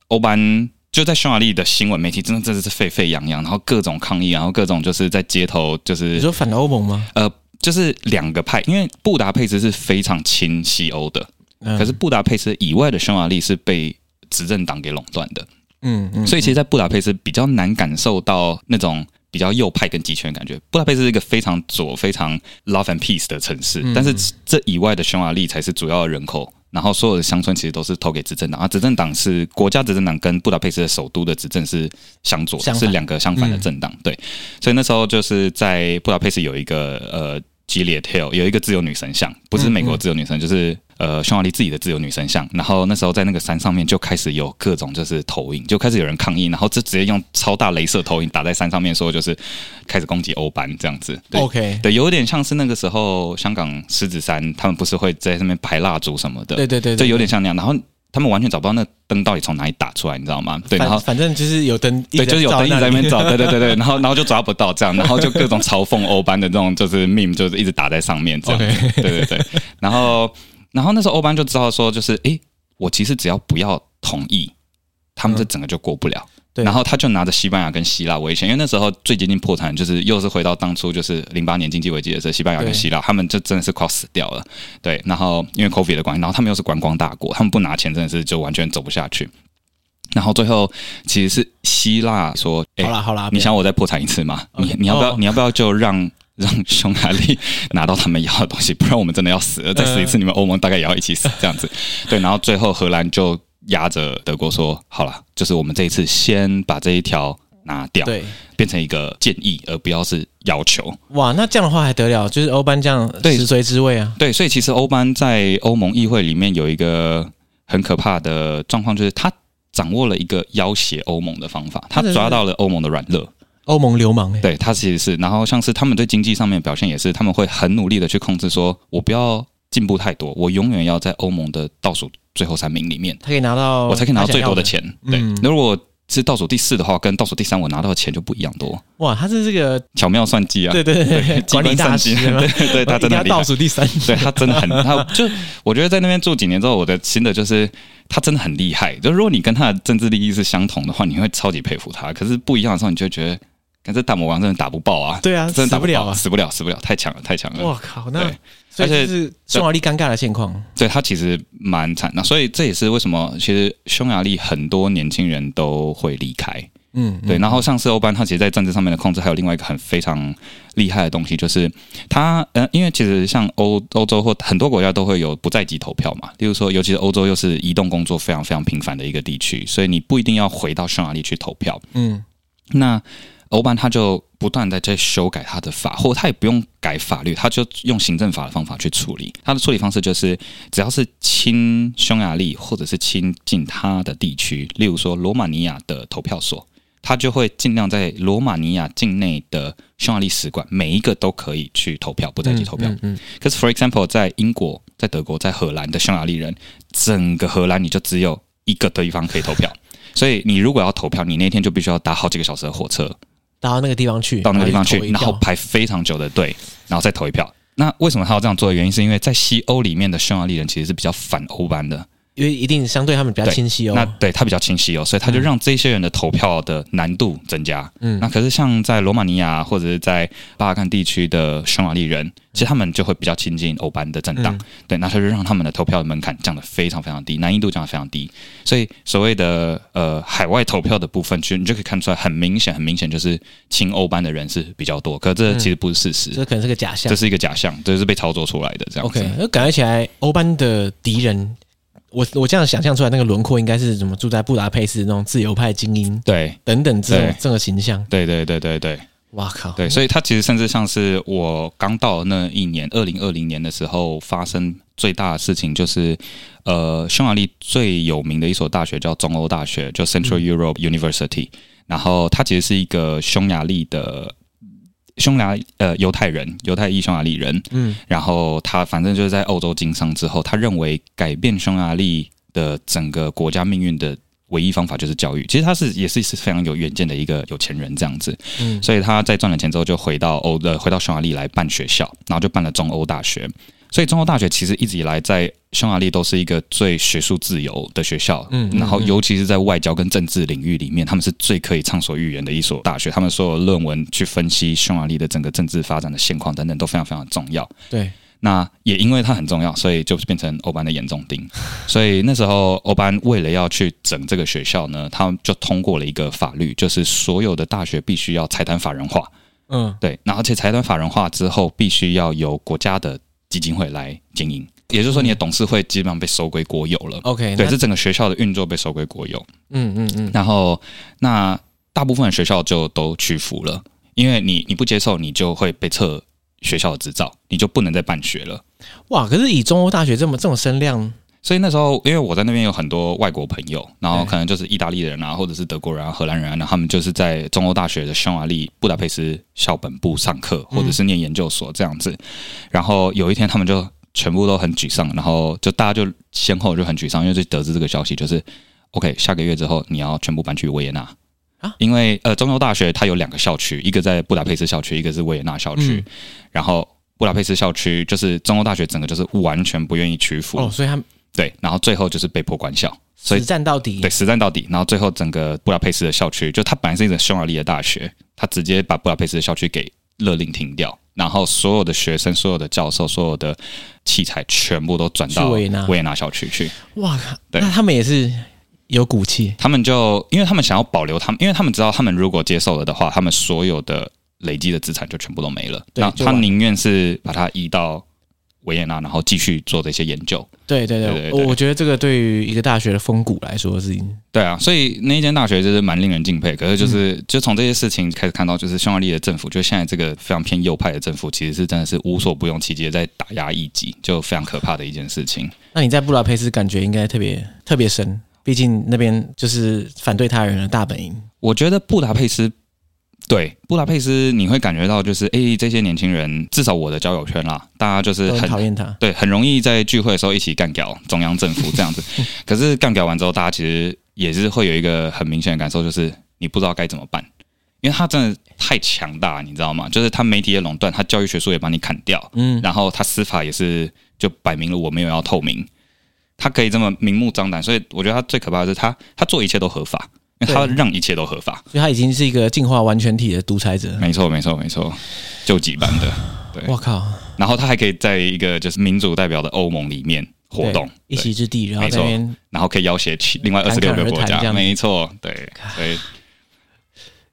Speaker 2: 欧班。就在匈牙利的新闻媒体，真的真的是沸沸扬扬，然后各种抗议，然后各种就是在街头，就是
Speaker 1: 你说反欧盟吗？
Speaker 2: 呃，就是两个派，因为布达佩斯是非常亲西欧的，
Speaker 1: 嗯
Speaker 2: 可是布达佩斯以外的匈牙利是被执政党给垄断的。
Speaker 1: 嗯嗯，
Speaker 2: 所以其实，在布达佩斯比较难感受到那种比较右派跟集权的感觉。布达佩斯是一个非常左、非常 love and peace 的城
Speaker 1: 嗯
Speaker 2: 市，但是这以外的匈牙利才是主要的人口。然后所有的乡村其实都是投给执政党，啊，执政党是国家执政党跟布达佩斯的首都的执政是相左的，
Speaker 1: 相反嗯
Speaker 2: 是两个相反的政党。对，所以那时候就是在布达佩斯有一个呃吉列 t a l 有一个自由女神像，不是美国自由女神，就是呃匈牙利自己的自由女神像。然后那时候在那个山上面就开始有各种就是投影，就开始有人抗议，然后就直接用超大镭射投影打在山上面，说就是开始攻击欧班这样子。对
Speaker 1: OK，
Speaker 2: 对，有点像是那个时候香港狮子山，他们不是会在上面排蜡烛什么的，
Speaker 1: 对对对，
Speaker 2: 就
Speaker 1: 对
Speaker 2: 有点像那样。然后他们完全找不到那灯到底从哪里打出来，你知道吗？对，然
Speaker 1: 反
Speaker 2: 后。
Speaker 1: 反正就是有灯，一
Speaker 2: 对，
Speaker 1: 直
Speaker 2: 就是有
Speaker 1: 照
Speaker 2: 灯一直
Speaker 1: 那
Speaker 2: 在那边
Speaker 1: 里
Speaker 2: 找，对对对对，然 后然后就抓不到这样，然后就各种嘲讽欧班的这种就是 meme，就是一直打在上面这样子
Speaker 1: OK
Speaker 2: 对对对，然后然后那时候欧班就知道说，就是诶，我其实只要不要同意，他们这整个就过不了。
Speaker 1: 嗯对
Speaker 2: 然后他就拿着西班牙跟希腊威胁，因为那时候最接近破产，就是又是回到当初就是零八年经济危机的时候，西班牙跟
Speaker 1: 对
Speaker 2: 希腊他们就真的是快要死掉了。对，然后因为 COVID 的关系，然后他们又是观光大国，他们不拿钱真的是就完全走不下去。然后最后其实是希腊说：“哎、
Speaker 1: 好啦好啦，
Speaker 2: 你想我再破产一次吗？你
Speaker 1: OK，
Speaker 2: 你要不要、
Speaker 1: 哦
Speaker 2: 你要不要就让让匈牙利 拿到他们要的东西？不然我们真的要死了，再死一
Speaker 1: 嗯
Speaker 2: 次，你们欧盟大概也要一起死这样子。对，然后最后荷兰就压着德国说：好了，就是我们这一次先把这一条拿掉，
Speaker 1: 对，
Speaker 2: 变成一个建议，而不要是要求。
Speaker 1: 哇，那这样的话还得了？就是欧班这样
Speaker 2: 对
Speaker 1: 实锤之位啊，
Speaker 2: 对，所以其实欧班在欧盟议会里面有一个很可怕的状况，就是他掌握了一个要挟欧盟的方法，他
Speaker 1: 真的是
Speaker 2: 抓到了欧盟的软肋。
Speaker 1: 欧盟流氓哎、
Speaker 2: 对，他其实是，然后像是他们对经济上面的表现也是，他们会很努力的去控制说，我不要进步太多，我永远要在欧盟的倒数最后三名里面，
Speaker 1: 他可以拿到，
Speaker 2: 我才可以拿到最多的。钱。对，
Speaker 1: 嗯
Speaker 2: 那如果是倒数第四的话，跟倒数第三我拿到的钱就不一样多，
Speaker 1: 哇，他是这个
Speaker 2: 巧妙算计啊，
Speaker 1: 对对 对，
Speaker 2: 机
Speaker 1: 管理
Speaker 2: 关
Speaker 1: 大
Speaker 2: 算
Speaker 1: 师
Speaker 2: 计，
Speaker 1: 吗？
Speaker 2: 对对对，他真的
Speaker 1: 一定要
Speaker 2: 很厉害
Speaker 1: 倒数第三， 啊
Speaker 2: 对他真的很，他就我觉得在那边住几年之后，我的心得就是他真的很厉害。就如果你跟他的政治利益是相同的话，你会超级佩服他。可是不一样的时候，你就会觉得，看这大魔王真的打不爆啊！
Speaker 1: 对啊，
Speaker 2: 真的打
Speaker 1: 死不了
Speaker 2: 爆，
Speaker 1: 啊！
Speaker 2: 死不了，死不了，太强了，太强了。
Speaker 1: 我靠，那
Speaker 2: 对
Speaker 1: 所以
Speaker 2: 而且
Speaker 1: 就是匈牙利尴尬的现况，
Speaker 2: 所以他其实蛮惨的，所以这也是为什么其实匈牙利很多年轻人都会离开。
Speaker 1: 嗯，
Speaker 2: 对，
Speaker 1: 嗯
Speaker 2: 然后上次欧班他其实，在政治上面的控制，还有另外一个很非常厉害的东西，就是他，呃，因为其实像欧欧洲或很多国家都会有不在籍投票嘛，例如说，尤其是欧洲又是移动工作非常非常频繁的一个地区，所以你不一定要回到匈牙利去投票。
Speaker 1: 嗯，
Speaker 2: 那欧班他就不断地在修改他的法，或他也不用改法律，他就用行政法的方法去处理。他的处理方式就是，只要是亲匈牙利或者是亲近他的地区，例如说罗马尼亚的投票所，他就会尽量在罗马尼亚境内的匈牙利使馆每一个都可以去投票，不在籍投票。
Speaker 1: 嗯嗯，嗯
Speaker 2: 可是，for example，在英国、在德国、在荷兰的匈牙利人，整个荷兰你就只有一个地方可以 投票。所以你如果要投票，你那天就必须要搭好几个小时的火车
Speaker 1: 打到那个地方去，
Speaker 2: 到那个地方去
Speaker 1: 投，一
Speaker 2: 然后
Speaker 1: 票
Speaker 2: 排非常久的队，然后再投一票。那为什么他要这样做的原因，是因为在西欧里面的匈牙利人其实是比较反欧班的，
Speaker 1: 因为一定相对他们比较
Speaker 2: 对
Speaker 1: 清晰哦。
Speaker 2: 那对他比较清晰哦，所以他就让这些人的投票的难度增加。
Speaker 1: 嗯
Speaker 2: 那可是像在罗马尼亚或者是在巴尔干地区的匈牙利人，其实他们就会比较亲近欧班的政党，
Speaker 1: 嗯
Speaker 2: 对，那他就让他们的投票门槛降得非常非常低，难易度降得非常低。所以所谓的呃海外投票的部分，就你就可以看出来，很明显，很明显就是亲欧班的人是比较多，可这其实不是事实，
Speaker 1: 嗯这可能是个假象
Speaker 2: 这。是一个假象，这是被操作出来的这样子。
Speaker 1: OK，那感觉起来欧班的敌人，我我这样想象出来，那个轮廓应该是怎么住在布达佩斯那种自由派精英
Speaker 2: 对
Speaker 1: 等等这种
Speaker 2: 对
Speaker 1: 这个形象。
Speaker 2: 对对对对对，
Speaker 1: 哇靠！
Speaker 2: 对，所以它其实甚至像是我刚到那一年，二零二零年的时候发生最大的事情，就是呃，匈牙利最有名的一所大学叫中欧大学，就 Central Europe University，、然后它其实是一个匈牙利的。匈牙呃犹太人，犹太裔匈牙利人，
Speaker 1: 嗯，
Speaker 2: 然后他反正就是在欧洲经商之后，他认为改变匈牙利的整个国家命运的唯一方法就是教育。其实他是也是是非常有远见的一个有钱人这样子，
Speaker 1: 嗯
Speaker 2: 所以他在赚了钱之后就回到欧的回到匈牙利来办学校，然后就办了中欧大学。所以中欧大学其实一直以来在匈牙利都是一个最学术自由的学校，
Speaker 1: 嗯嗯
Speaker 2: 然后尤其是在外交跟政治领域里面，他们是最可以畅所欲言的一所大学。他们所有论文去分析匈牙利的整个政治发展的现况等等，都非常非常重要。
Speaker 1: 对，
Speaker 2: 那也因为它很重要，所以就变成欧班的眼中钉。 所以那时候欧班为了要去整这个学校呢，他们就通过了一个法律，就是所有的大学必须要财团法人化。
Speaker 1: 嗯，
Speaker 2: 对，那而且财团法人化之后，必须要由国家的基金会来经营，也就是说，你的董事会基本上被收归国有了。
Speaker 1: OK，
Speaker 2: 对，
Speaker 1: 那
Speaker 2: 这整个学校的运作被收归国有。
Speaker 1: 嗯嗯嗯，
Speaker 2: 然后那大部分的学校就都屈服了，因为你你不接受，你就会被撤学校的执照，你就不能再办学了。
Speaker 1: 哇，可是以中欧大学这么这种声量，
Speaker 2: 所以那时候，因为我在那边有很多外国朋友，然后
Speaker 1: 对
Speaker 2: 可能就是意大利人啊，或者是德国人啊、荷兰人啊，然后他们就是在中欧大学的匈牙利布达佩斯校本部上课，
Speaker 1: 嗯
Speaker 2: 或者是念研究所这样子。然后有一天，他们就全部都很沮丧，然后就大家就先后就很沮丧，因为就得知这个消息，就是 OK，下个月之后你要全部搬去维也纳
Speaker 1: 啊。
Speaker 2: 因为呃，中欧大学它有两个校区，一个在布达佩斯校区，一个是维也纳校区。
Speaker 1: 嗯
Speaker 2: 然后布达佩斯校区就是中欧大学整个就是完全不愿意屈服，
Speaker 1: 哦，所以他们
Speaker 2: 对，然后最后就是被迫关校，所以
Speaker 1: 实战到底，
Speaker 2: 对，实战到底。然后最后整个布达佩斯的校区，就它本来是一个匈牙利的大学，它直接把布达佩斯的校区给勒令停掉，然后所有的学生、所有的教授、所有的器材全部都转到
Speaker 1: 去维也纳
Speaker 2: 维也纳校区去。
Speaker 1: 哇靠，
Speaker 2: 对
Speaker 1: 那他们也是有骨气，
Speaker 2: 他们就因为他们想要保留他们，因为他们知道他们如果接受了的话，他们所有的累积的资产就全部都没了。
Speaker 1: 对
Speaker 2: 那
Speaker 1: 就
Speaker 2: 他
Speaker 1: 完了
Speaker 2: 宁愿是把它移到维也纳，然后继续做这些研究。
Speaker 1: 对对
Speaker 2: 对对
Speaker 1: 对，
Speaker 2: 对
Speaker 1: 我我觉得这个对于一个大学的风骨来说是，
Speaker 2: 对啊，所以那一间大学就是蛮令人敬佩。可是就是、
Speaker 1: 嗯
Speaker 2: 就从这些事情开始看到，就是匈牙利的政府，就现在这个非常偏右派的政府，其实是真的是无所不用其极地在打压异己，就非常可怕的一件事情。
Speaker 1: 那你在布达佩斯感觉应该特别特别深，毕竟那边就是反对他人的大本营，
Speaker 2: 我觉得布达佩斯，对布达佩斯，你会感觉到就是诶，这些年轻人，至少我的交友圈啦，大家就是
Speaker 1: 都很
Speaker 2: 很
Speaker 1: 讨厌他，
Speaker 2: 对，很容易在聚会的时候一起干掉中央政府 这样子。可是干掉完之后，大家其实也是会有一个很明显的感受，就是你不知道该怎么办，因为他真的太强大，你知道吗？就是他媒体也垄断，他教育学术也把你砍掉，
Speaker 1: 嗯，
Speaker 2: 然后他司法也是就摆明了我没有要透明，他可以这么明目张胆。所以我觉得他最可怕的是他他做一切都合法，因为他
Speaker 1: 对
Speaker 2: 让一切都合法。
Speaker 1: 所以他已经是一个进化完全体的独裁者，
Speaker 2: 没错，没错，没错，救济版 的。对
Speaker 1: 我靠，
Speaker 2: 然后他还可以在一个就是民主代表的欧盟里面活
Speaker 1: 对
Speaker 2: 动，
Speaker 1: 一
Speaker 2: 对
Speaker 1: 席之地，然后
Speaker 2: 没
Speaker 1: 在
Speaker 2: 错
Speaker 1: 那边
Speaker 2: 然后可以要挟其另外二
Speaker 1: 侃
Speaker 2: 十
Speaker 1: 侃
Speaker 2: 六
Speaker 1: 而
Speaker 2: 个国
Speaker 1: 谈这
Speaker 2: 家，
Speaker 1: 样子
Speaker 2: 没错，对，所以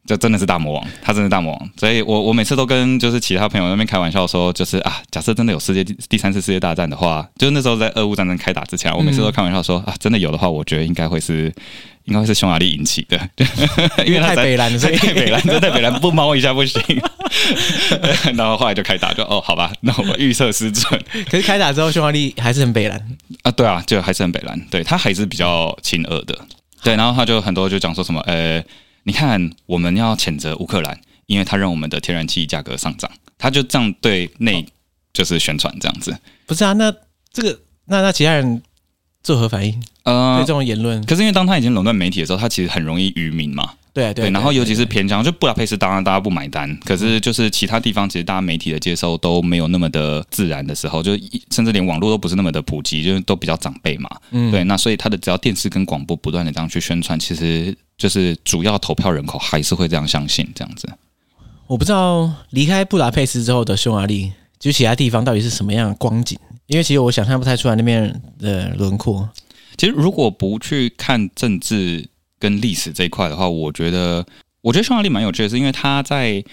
Speaker 2: 这真的是大魔王，他真的是大魔王，所以我我每次都跟就是其他朋友那边开玩笑说，就是啊，假设真的有世界第第三次世界大战的话，就是那时候在俄乌战争开打之前，我每次都开玩笑说、啊，真的有的话，我觉得应该会是应该会是匈牙利引起的， 因为他
Speaker 1: 太
Speaker 2: 在
Speaker 1: 北蓝了，所以
Speaker 2: 太北兰，这太北兰不猫一下不行。 然后后来就开打，就哦，好吧，那我预测失准
Speaker 1: 可是开打之后，匈牙利还是很北蓝，
Speaker 2: 啊，对啊，就还是很北蓝，对他还是比较亲俄的，对，然后他就很多就讲说什么，呃，你看我们要谴责乌克兰，因为他让我们的天然气价格上涨，他就这样对内就是宣传这样子，
Speaker 1: 不是啊？那这个那那其他人作何反应？对
Speaker 2: 呃
Speaker 1: 这，种言论，
Speaker 2: 可是因为当他已经垄断媒体的时候，他其实很容易愚民嘛，
Speaker 1: 对啊对啊，
Speaker 2: 对，然后
Speaker 1: 对啊嗯
Speaker 2: 尤其是偏乡，就布达佩斯，当然大家不买单，可是就是其他地方，其实大家媒体的接收都没有那么的自然的时候，就一甚至连网络都不是那么的普及，就是都比较长辈嘛，
Speaker 1: 嗯
Speaker 2: 对，那所以他的只要电视跟广播不断的这样去宣传，其实就是主要投票人口还是会这样相信这样子。
Speaker 1: 我不知道离开布达佩斯之后的匈牙利，就其他地方到底是什么样的光景？因为其实我想象不太出来那边的轮廓。
Speaker 2: 其实如果不去看政治跟历史这一块的话，我觉得，我觉得匈牙利蛮有趣的是，因为他在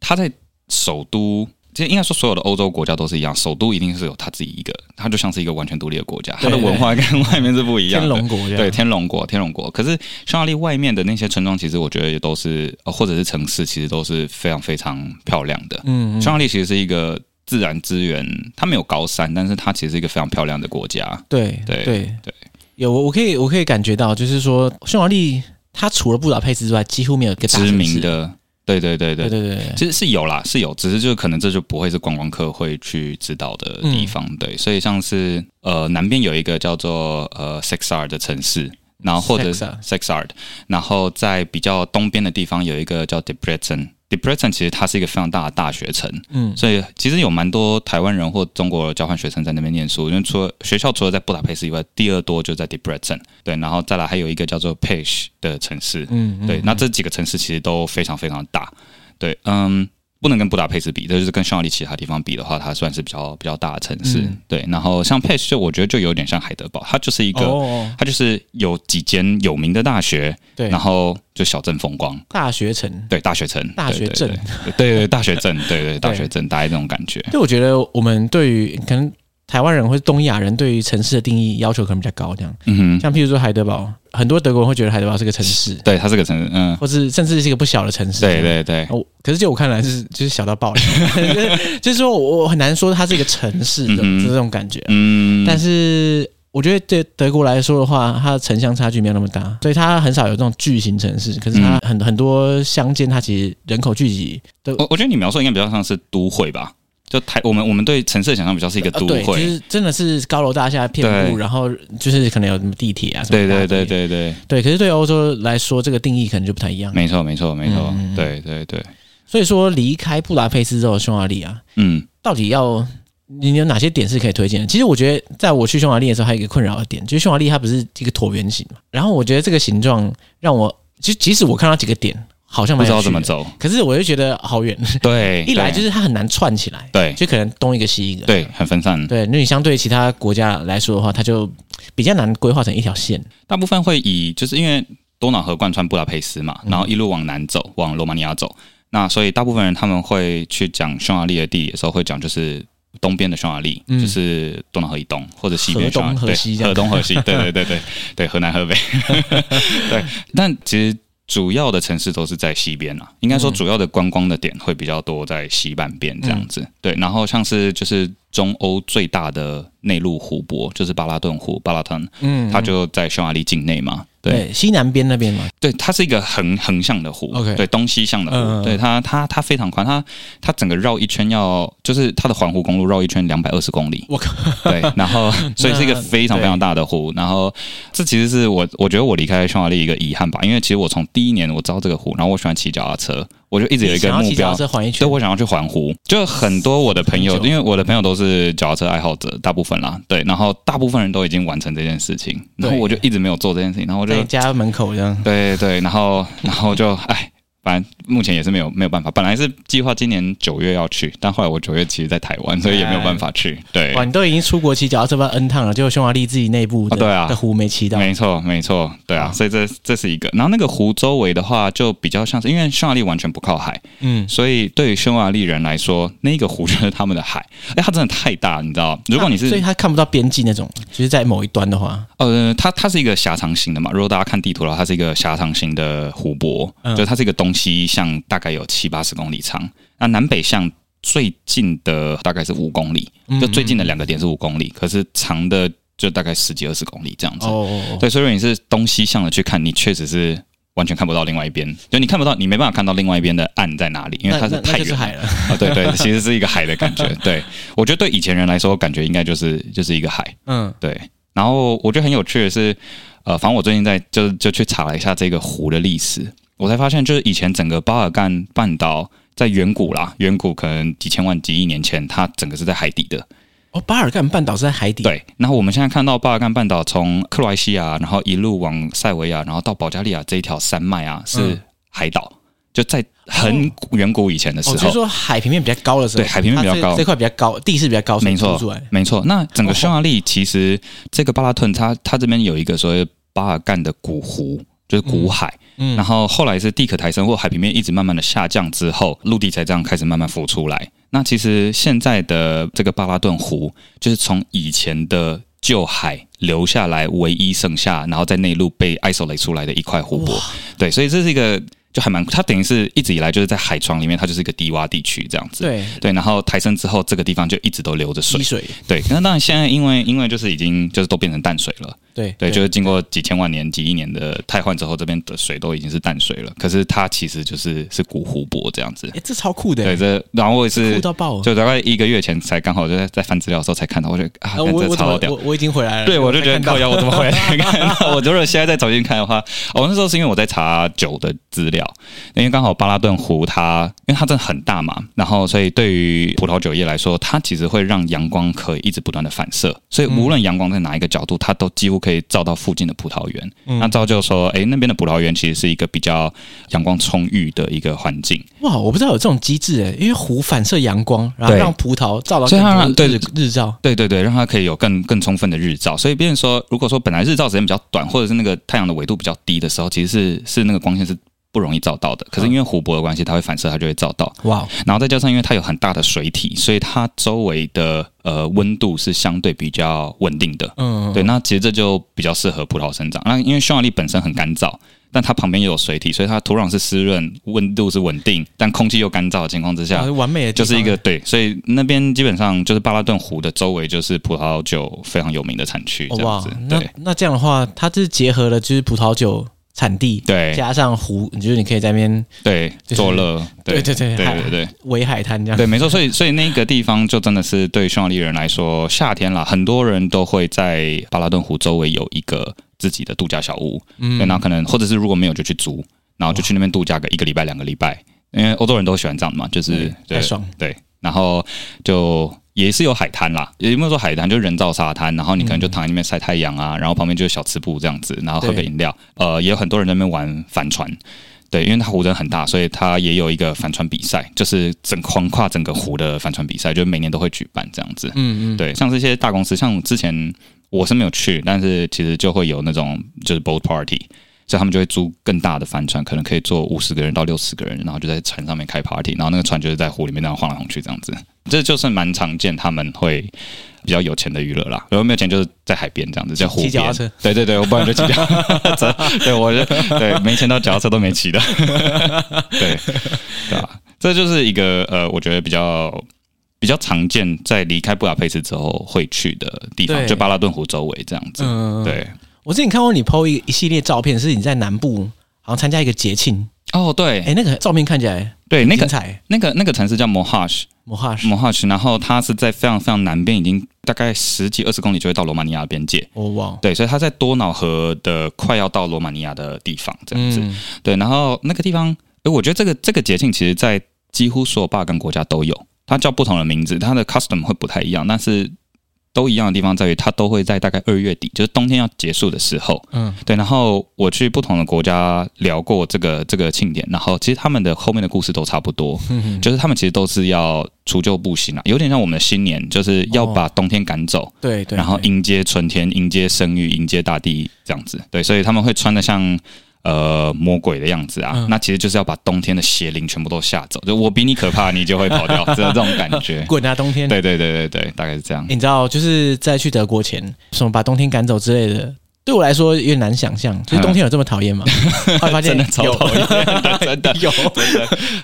Speaker 2: 他在首都，其实应该说所有的欧洲国家都是一样，首都一定是有他自己一个，他就像是一个完全独立的国家，他的
Speaker 1: 对
Speaker 2: 文化跟外面是不一样
Speaker 1: 天
Speaker 2: 的。
Speaker 1: 龙国这样，
Speaker 2: 对，天龙国，天龙国。可是匈牙利外面的那些村庄，其实我觉得也都是，呃或者是城市，其实都是非常非常漂亮的。
Speaker 1: 嗯，嗯
Speaker 2: 匈牙利其实是一个自然资源，它没有高山，但是它其实是一个非常漂亮的国家。
Speaker 1: 对
Speaker 2: 对
Speaker 1: 对
Speaker 2: 对，
Speaker 1: 有我我可以我可以感觉到，就是说匈牙利它除了布达佩斯之外，几乎没有一个大城
Speaker 2: 知
Speaker 1: 市
Speaker 2: 名。的，对对对
Speaker 1: 对
Speaker 2: 对，
Speaker 1: 对对对，
Speaker 2: 其实是有啦，是有，只是就可能这就不会是观光客会去知道的地方，
Speaker 1: 嗯
Speaker 2: 对，所以像是呃南边有一个叫做呃 Sexar 的城市，然后或者
Speaker 1: Sexar
Speaker 2: Sexar，然后在比较东边的地方有一个叫 Debrecen。Debrecen 其实它是一个非常大的大学城，
Speaker 1: 嗯，
Speaker 2: 所以其实有蛮多台湾人或中国交换学生在那边念书，因为除了学校除了在布达佩斯以外，第二多就在 Debrecen，对，然后再来还有一个叫做 Pech 的城市，
Speaker 1: 嗯嗯
Speaker 2: 对，那这几个城市其实都非常非常大，对，嗯，不能跟布达佩斯比，这就是跟匈牙利其他地方比的话，它算是比较比较大的城市。
Speaker 1: 嗯
Speaker 2: 对，然后像佩斯，就我觉得就有点像海德堡，它就是一个，
Speaker 1: 哦，
Speaker 2: 它就是有几间有名的大学，
Speaker 1: 对
Speaker 2: 然，后就小镇风光，
Speaker 1: 大学城。
Speaker 2: 对，大学城，
Speaker 1: 大学镇
Speaker 2: 对，对对对对，大学镇，对对，大学镇，大概这种感觉。
Speaker 1: 就我觉得我们对于可能台湾人或是东亚人对于城市的定义要求可能比较高，这样。
Speaker 2: 嗯哼，
Speaker 1: 像譬如说海德堡，很多德国人会觉得海德堡是个城市，
Speaker 2: 对，它是个城市，嗯，
Speaker 1: 或是甚至是一个不小的城市。
Speaker 2: 对对对，
Speaker 1: 哦，可是就我看来是就是小到爆了， 就是就是说我我很难说它是一个城市的
Speaker 2: 嗯哼
Speaker 1: 这种感觉，
Speaker 2: 嗯，
Speaker 1: 但是我觉得对德国来说的话，它的城乡差距没有那么大，所以它很少有这种巨型城市。可是
Speaker 2: 嗯
Speaker 1: 它很、很多乡间，它其实人口聚集都、
Speaker 2: 我我觉得你描述应该比较像是都会吧，就台我们我们对城市的想象比较是一个
Speaker 1: 呃
Speaker 2: 都
Speaker 1: 对，就
Speaker 2: 会，
Speaker 1: 是真的是高楼大厦遍布，
Speaker 2: 对
Speaker 1: 然后就是可能有什么地铁啊什么
Speaker 2: 对
Speaker 1: 的
Speaker 2: 对对对对，
Speaker 1: 对。可是对欧洲来说，这个定义可能就不太一样。
Speaker 2: 没错没错没错
Speaker 1: 嗯，
Speaker 2: 对对对，
Speaker 1: 所以说，离开布达佩斯之后，匈牙利啊，
Speaker 2: 嗯
Speaker 1: 到底要你有哪些点是可以推荐的？其实我觉得，在我去匈牙利的时候，还有一个困扰的点，就是匈牙利它不是一个椭圆形嘛。然后我觉得这个形状让我，其实即使我看到几个点，好像
Speaker 2: 不
Speaker 1: 蛮
Speaker 2: 知
Speaker 1: 有
Speaker 2: 道
Speaker 1: 趣
Speaker 2: 怎
Speaker 1: 的
Speaker 2: 么，走，
Speaker 1: 可是我就觉得好远。
Speaker 2: 对，
Speaker 1: 一来
Speaker 2: 对
Speaker 1: 就是它很难串起来，
Speaker 2: 对
Speaker 1: 就可能东一个西一个。
Speaker 2: 对很分散，
Speaker 1: 对，那你相对其他国家来说的话，它就比较难规划成一条线。
Speaker 2: 大部分会以就是因为多瑙河贯穿布达佩斯
Speaker 1: 嗯
Speaker 2: 嘛，然后一路往南走，往罗马尼亚走。那所以大部分人他们会去讲匈牙利的地理的时候，会讲就是东边的匈牙利，
Speaker 1: 嗯
Speaker 2: 就是多瑙河以东，或者西边匈牙利
Speaker 1: 河东河西
Speaker 2: 对
Speaker 1: 这样
Speaker 2: 河东 河西，对对对对对，河南河北，对。但其实主要的城市都是在西边啊，应该说主要的观光的点会比较多在西半边这样
Speaker 1: 嗯
Speaker 2: 子。对，然后像是就是中欧最大的内陆湖泊，就是巴拉顿湖巴拉腾，
Speaker 1: 嗯
Speaker 2: 它就在匈牙利境内嘛。对
Speaker 1: 对，西南边那边嘛，
Speaker 2: 对，它是一个横横向的湖
Speaker 1: OK
Speaker 2: 对东西向的湖，
Speaker 1: 嗯嗯嗯
Speaker 2: 对它它它非常宽，它它整个绕一圈要就是它的环湖公路绕一圈两百二十公里，
Speaker 1: 我靠，
Speaker 2: 对，然后所以是一个非常
Speaker 1: 对
Speaker 2: 非常大的湖，然后这其实是我我觉得我离开匈牙利一个遗憾吧，因为其实我从第一年我知道这个湖，然后我喜欢骑脚踏车，我就一直有一个
Speaker 1: 想要
Speaker 2: 目
Speaker 1: 骑脚
Speaker 2: 标
Speaker 1: 踏。车环一
Speaker 2: 所
Speaker 1: 圈
Speaker 2: 以，我想要去环湖，就很多我的朋友
Speaker 1: 很，久
Speaker 2: 因为我的朋友都是脚踏车爱好者，大部分啦，对，然后大部分人都已经完成这件事情，然后
Speaker 1: 对
Speaker 2: 我就一直没有做这件事情，然后我就
Speaker 1: 在家门口这样。
Speaker 2: 对对，然后然后就哎，反正目前也是没有没有办法。本来是计划今年九月要去，但后来我九月其实在台湾，所以也没有办法去。对，
Speaker 1: 哇，你都已经出国骑脚踏车不知道 N 趟了，结果匈牙利自己内部的、
Speaker 2: 啊对啊
Speaker 1: 的湖没骑到，
Speaker 2: 没错没错，对啊，
Speaker 1: 啊
Speaker 2: 所以这这是一个。然后那个湖周围的话，就比较像是因为匈牙利完全不靠海，
Speaker 1: 嗯，
Speaker 2: 所以对于匈牙利人来说，那个湖就是他们的海。 哎，它真的太大，你知道？如果你
Speaker 1: 啊所以
Speaker 2: 是
Speaker 1: 他看不到边际那种，就是在某一端的话，
Speaker 2: 呃，它它是一个狭长型的嘛。如果大家看地图的话，它是一个狭长型的湖泊，
Speaker 1: 嗯
Speaker 2: 就它是一个东西向大概有七八十公里长，那南北向最近的大概是五公里，
Speaker 1: 嗯
Speaker 2: 就最近的两个点是五公里，可是长的就大概十几二十公里这样子。
Speaker 1: 哦哦，哦，
Speaker 2: 对，所以如果你是东西向的去看，你确实是。完全看不到另外一边，就你看不到，你没办法看到另外一边的岸在哪里，因为
Speaker 1: 那
Speaker 2: 它是
Speaker 1: 那那
Speaker 2: 太
Speaker 1: 就是
Speaker 2: 远
Speaker 1: 海了，
Speaker 2: 啊、对对，其实是一个海的感觉。对我觉得对以前人来说，感觉应该就是就是一个海。
Speaker 1: 嗯，
Speaker 2: 对，然后我觉得很有趣的是，呃，反正我最近在就就去查了一下这个湖的历史，我才发现就是以前整个巴尔干半岛在远古啦，远古可能几千万几亿年前，它整个是在海底的。
Speaker 1: 哦，巴尔干半岛是在海底，，
Speaker 2: 对，然后我们现在看到巴尔干半岛从克罗埃西亚，然后一路往塞维亚，然后到保加利亚这一条山脉啊，是
Speaker 1: 嗯
Speaker 2: 海岛，就在很古远古以前的时
Speaker 1: 哦，就
Speaker 2: 候。
Speaker 1: 是说海平面比较高的时候，
Speaker 2: 对海平面比较
Speaker 1: 它这
Speaker 2: 高
Speaker 1: 这块比较高，地势比较高，所以
Speaker 2: 没错
Speaker 1: 凸出来，哦
Speaker 2: 没错，那整个匈牙利其实这个巴拉顿它，它这边有一个所谓巴尔干的古湖，就是古海。
Speaker 1: 嗯
Speaker 2: 然后后来是地壳抬升或海平面一直慢慢的下降之后，陆地才这样开始慢慢浮出来。那其实现在的这个巴拉顿湖，就是从以前的旧海留下来唯一剩下，然后在内陆被 isolate 出来的一块湖泊。对，所以这是一个就还蛮，它等于是一直以来就是在海床里面，它就是一个低洼地区这样子。
Speaker 1: 对，
Speaker 2: 对，然后抬升之后，这个地方就一直都流着水
Speaker 1: 积。水，
Speaker 2: 对，那当然现在因为因为就是已经就是都变成淡水了，
Speaker 1: 对
Speaker 2: 对，就是经过几千万年、几亿年的汰换之后，这边的水都已经是淡水了。可是它其实就是是古湖泊这样子。
Speaker 1: 哎，这超酷的，
Speaker 2: 对，这然后我也是
Speaker 1: 酷，到爆了，啊
Speaker 2: 就大概一个月前才刚好就在在翻资料的时候才看到，我觉得啊，
Speaker 1: 啊我
Speaker 2: 干
Speaker 1: 我
Speaker 2: 这
Speaker 1: 怎
Speaker 2: 超
Speaker 1: 么
Speaker 2: 屌
Speaker 1: 我。我已经回来了，
Speaker 2: 对，我就觉得
Speaker 1: 才看到
Speaker 2: 哦靠腰，我怎么回来才看到？我如果现在再重新看的话，我、那时候是因为我在查酒的资料，因为刚好巴拉顿湖它，因为它真的很大嘛，然后所以对于葡萄酒业来说，它其实会让阳光可以一直不断的反射，所以无
Speaker 1: 嗯
Speaker 2: 论阳光在哪一个角度，它都几乎可以照到附近的葡萄园。
Speaker 1: 嗯
Speaker 2: 那造就说，哎、那边的葡萄园其实是一个比较阳光充裕的一个环境。
Speaker 1: 哇，我不知道有这种机制诶，因为湖反射阳光，然后
Speaker 2: 对
Speaker 1: 让葡萄照到
Speaker 2: 所以它
Speaker 1: 更多日
Speaker 2: 对
Speaker 1: 日照。
Speaker 2: 对对对，让它可以有更更充分的日照。所以，变成说，如果说本来日照时间比较短，或者是那个太阳的纬度比较低的时候，其实是是那个光线是不容易照到的。可是因为湖泊的关系，它会反射，它就会照到。
Speaker 1: 哇，
Speaker 2: 然后再加上因为它有很大的水体，所以它周围的呃温度是相对比较稳定的。
Speaker 1: 嗯，
Speaker 2: 对，那其实这就比较适合葡萄生长。那因为匈牙利本身很干燥，但它旁边又有水体，所以它土壤是湿润，温度是稳定，但空气又干燥的情况之下
Speaker 1: 哇，完美的地
Speaker 2: 就
Speaker 1: 方
Speaker 2: 是一个对，所以那边基本上就是巴拉顿湖的周围就是葡萄酒非常有名的产区，
Speaker 1: 哦
Speaker 2: 这样
Speaker 1: 哇
Speaker 2: 子。。
Speaker 1: 那
Speaker 2: 对
Speaker 1: 那这样的话，它就是结合了就是葡萄酒产地。
Speaker 2: 对
Speaker 1: 加上湖，就是你可以在那边
Speaker 2: 对，
Speaker 1: 是
Speaker 2: 作乐，
Speaker 1: 对对对
Speaker 2: 对
Speaker 1: 海
Speaker 2: 对对
Speaker 1: 围海滩这样。
Speaker 2: 对，没错。所以所以那个地方就真的是对匈牙利人来说，夏天啦，很多人都会在巴拉顿湖周围有一个自己的度假小屋，嗯，对，那可能或者是如果没有就去租，然后就去那边度假个一个礼拜、两个礼拜，因为欧洲人都喜欢这样嘛，就是对
Speaker 1: 太爽。
Speaker 2: 对，然后就也是有海滩啦，也没有说海滩，就是人造沙滩，然后你可能
Speaker 1: 嗯
Speaker 2: 就躺在那边晒太阳啊，然后旁边就是小吃部这样子，然后喝个
Speaker 1: 对
Speaker 2: 饮料，
Speaker 1: 嗯
Speaker 2: 呃，也有很多人在那边玩帆船。对，因为它湖真的很大，所以它也有一个帆船比赛，就是整横跨整个湖的帆船比赛，就每年都会举办这样子。
Speaker 1: 嗯嗯，
Speaker 2: 对，像这些大公司，像之前我是没有去，但是其实就会有那种就是 boat party，所以他们就会租更大的帆船，可能可以坐五十个人到六十个人，然后就在船上面开 party，然后那个船就是在湖里面那样晃来晃去这样子，这就是蛮常见他们会比较有钱的娱乐啦。如果没有钱，就是在海边这样子，在湖
Speaker 1: 骑脚踏
Speaker 2: 边
Speaker 1: 车。
Speaker 2: 对对对，我不然就骑脚踏车。对，我就对没钱到脚踏车都没骑的。对，对啊，这就是一个呃，我觉得比较比较常见，在离开布达佩斯之后会去的地方，
Speaker 1: 对
Speaker 2: 就巴拉顿湖周围这样子。
Speaker 1: 嗯，
Speaker 2: 对，
Speaker 1: 我之前看过你 PO 一一系列照片，是你在南部好像参加一个节庆，
Speaker 2: 哦，对，
Speaker 1: 哎、那个照片看起来
Speaker 2: 对，那
Speaker 1: 精
Speaker 2: 个
Speaker 1: 彩，
Speaker 2: 那个那个城市叫 Mohash
Speaker 1: 摩哈什，
Speaker 2: Mohash，然后它是在非常非常南边，已经大概十几二十公里就会到罗马尼亚的边界。
Speaker 1: 我忘了。
Speaker 2: 对，所以它在多瑙河的快要到罗马尼亚的地方，这样子。
Speaker 1: 嗯，
Speaker 2: 对，然后那个地方，诶我觉得这个这个节庆其实在几乎所有巴尔干国家都有，它叫不同的名字，它的 custom 会不太一样，但是都一样的地方在于，它都会在大概二月底，就是冬天要结束的时候。
Speaker 1: 嗯，
Speaker 2: 对，然后我去不同的国家聊过这个这个庆典，然后其实他们的后面的故事都差不多，
Speaker 1: 嗯
Speaker 2: 就是他们其实都是要除旧布新啊，有点像我们的新年，就是要
Speaker 1: 哦
Speaker 2: 把冬天赶走，
Speaker 1: 对对，
Speaker 2: 然后
Speaker 1: 对
Speaker 2: 迎接春天，迎接生育，迎接大地这样子。对，所以他们会穿的像呃魔鬼的样子啊。
Speaker 1: 嗯
Speaker 2: 那其实就是要把冬天的邪灵全部都吓走，就我比你可怕，你就会 跑掉，这这种感觉。
Speaker 1: 滚啊冬天。
Speaker 2: 对对对对对，大概是这样。
Speaker 1: 你知道，就是在去德国前，什么把冬天赶走之类的，对我来说有点难想象。就是冬天有这么讨 厌吗？后来发现
Speaker 2: 嗯真的超
Speaker 1: 有
Speaker 2: 讨厌的， 真的有。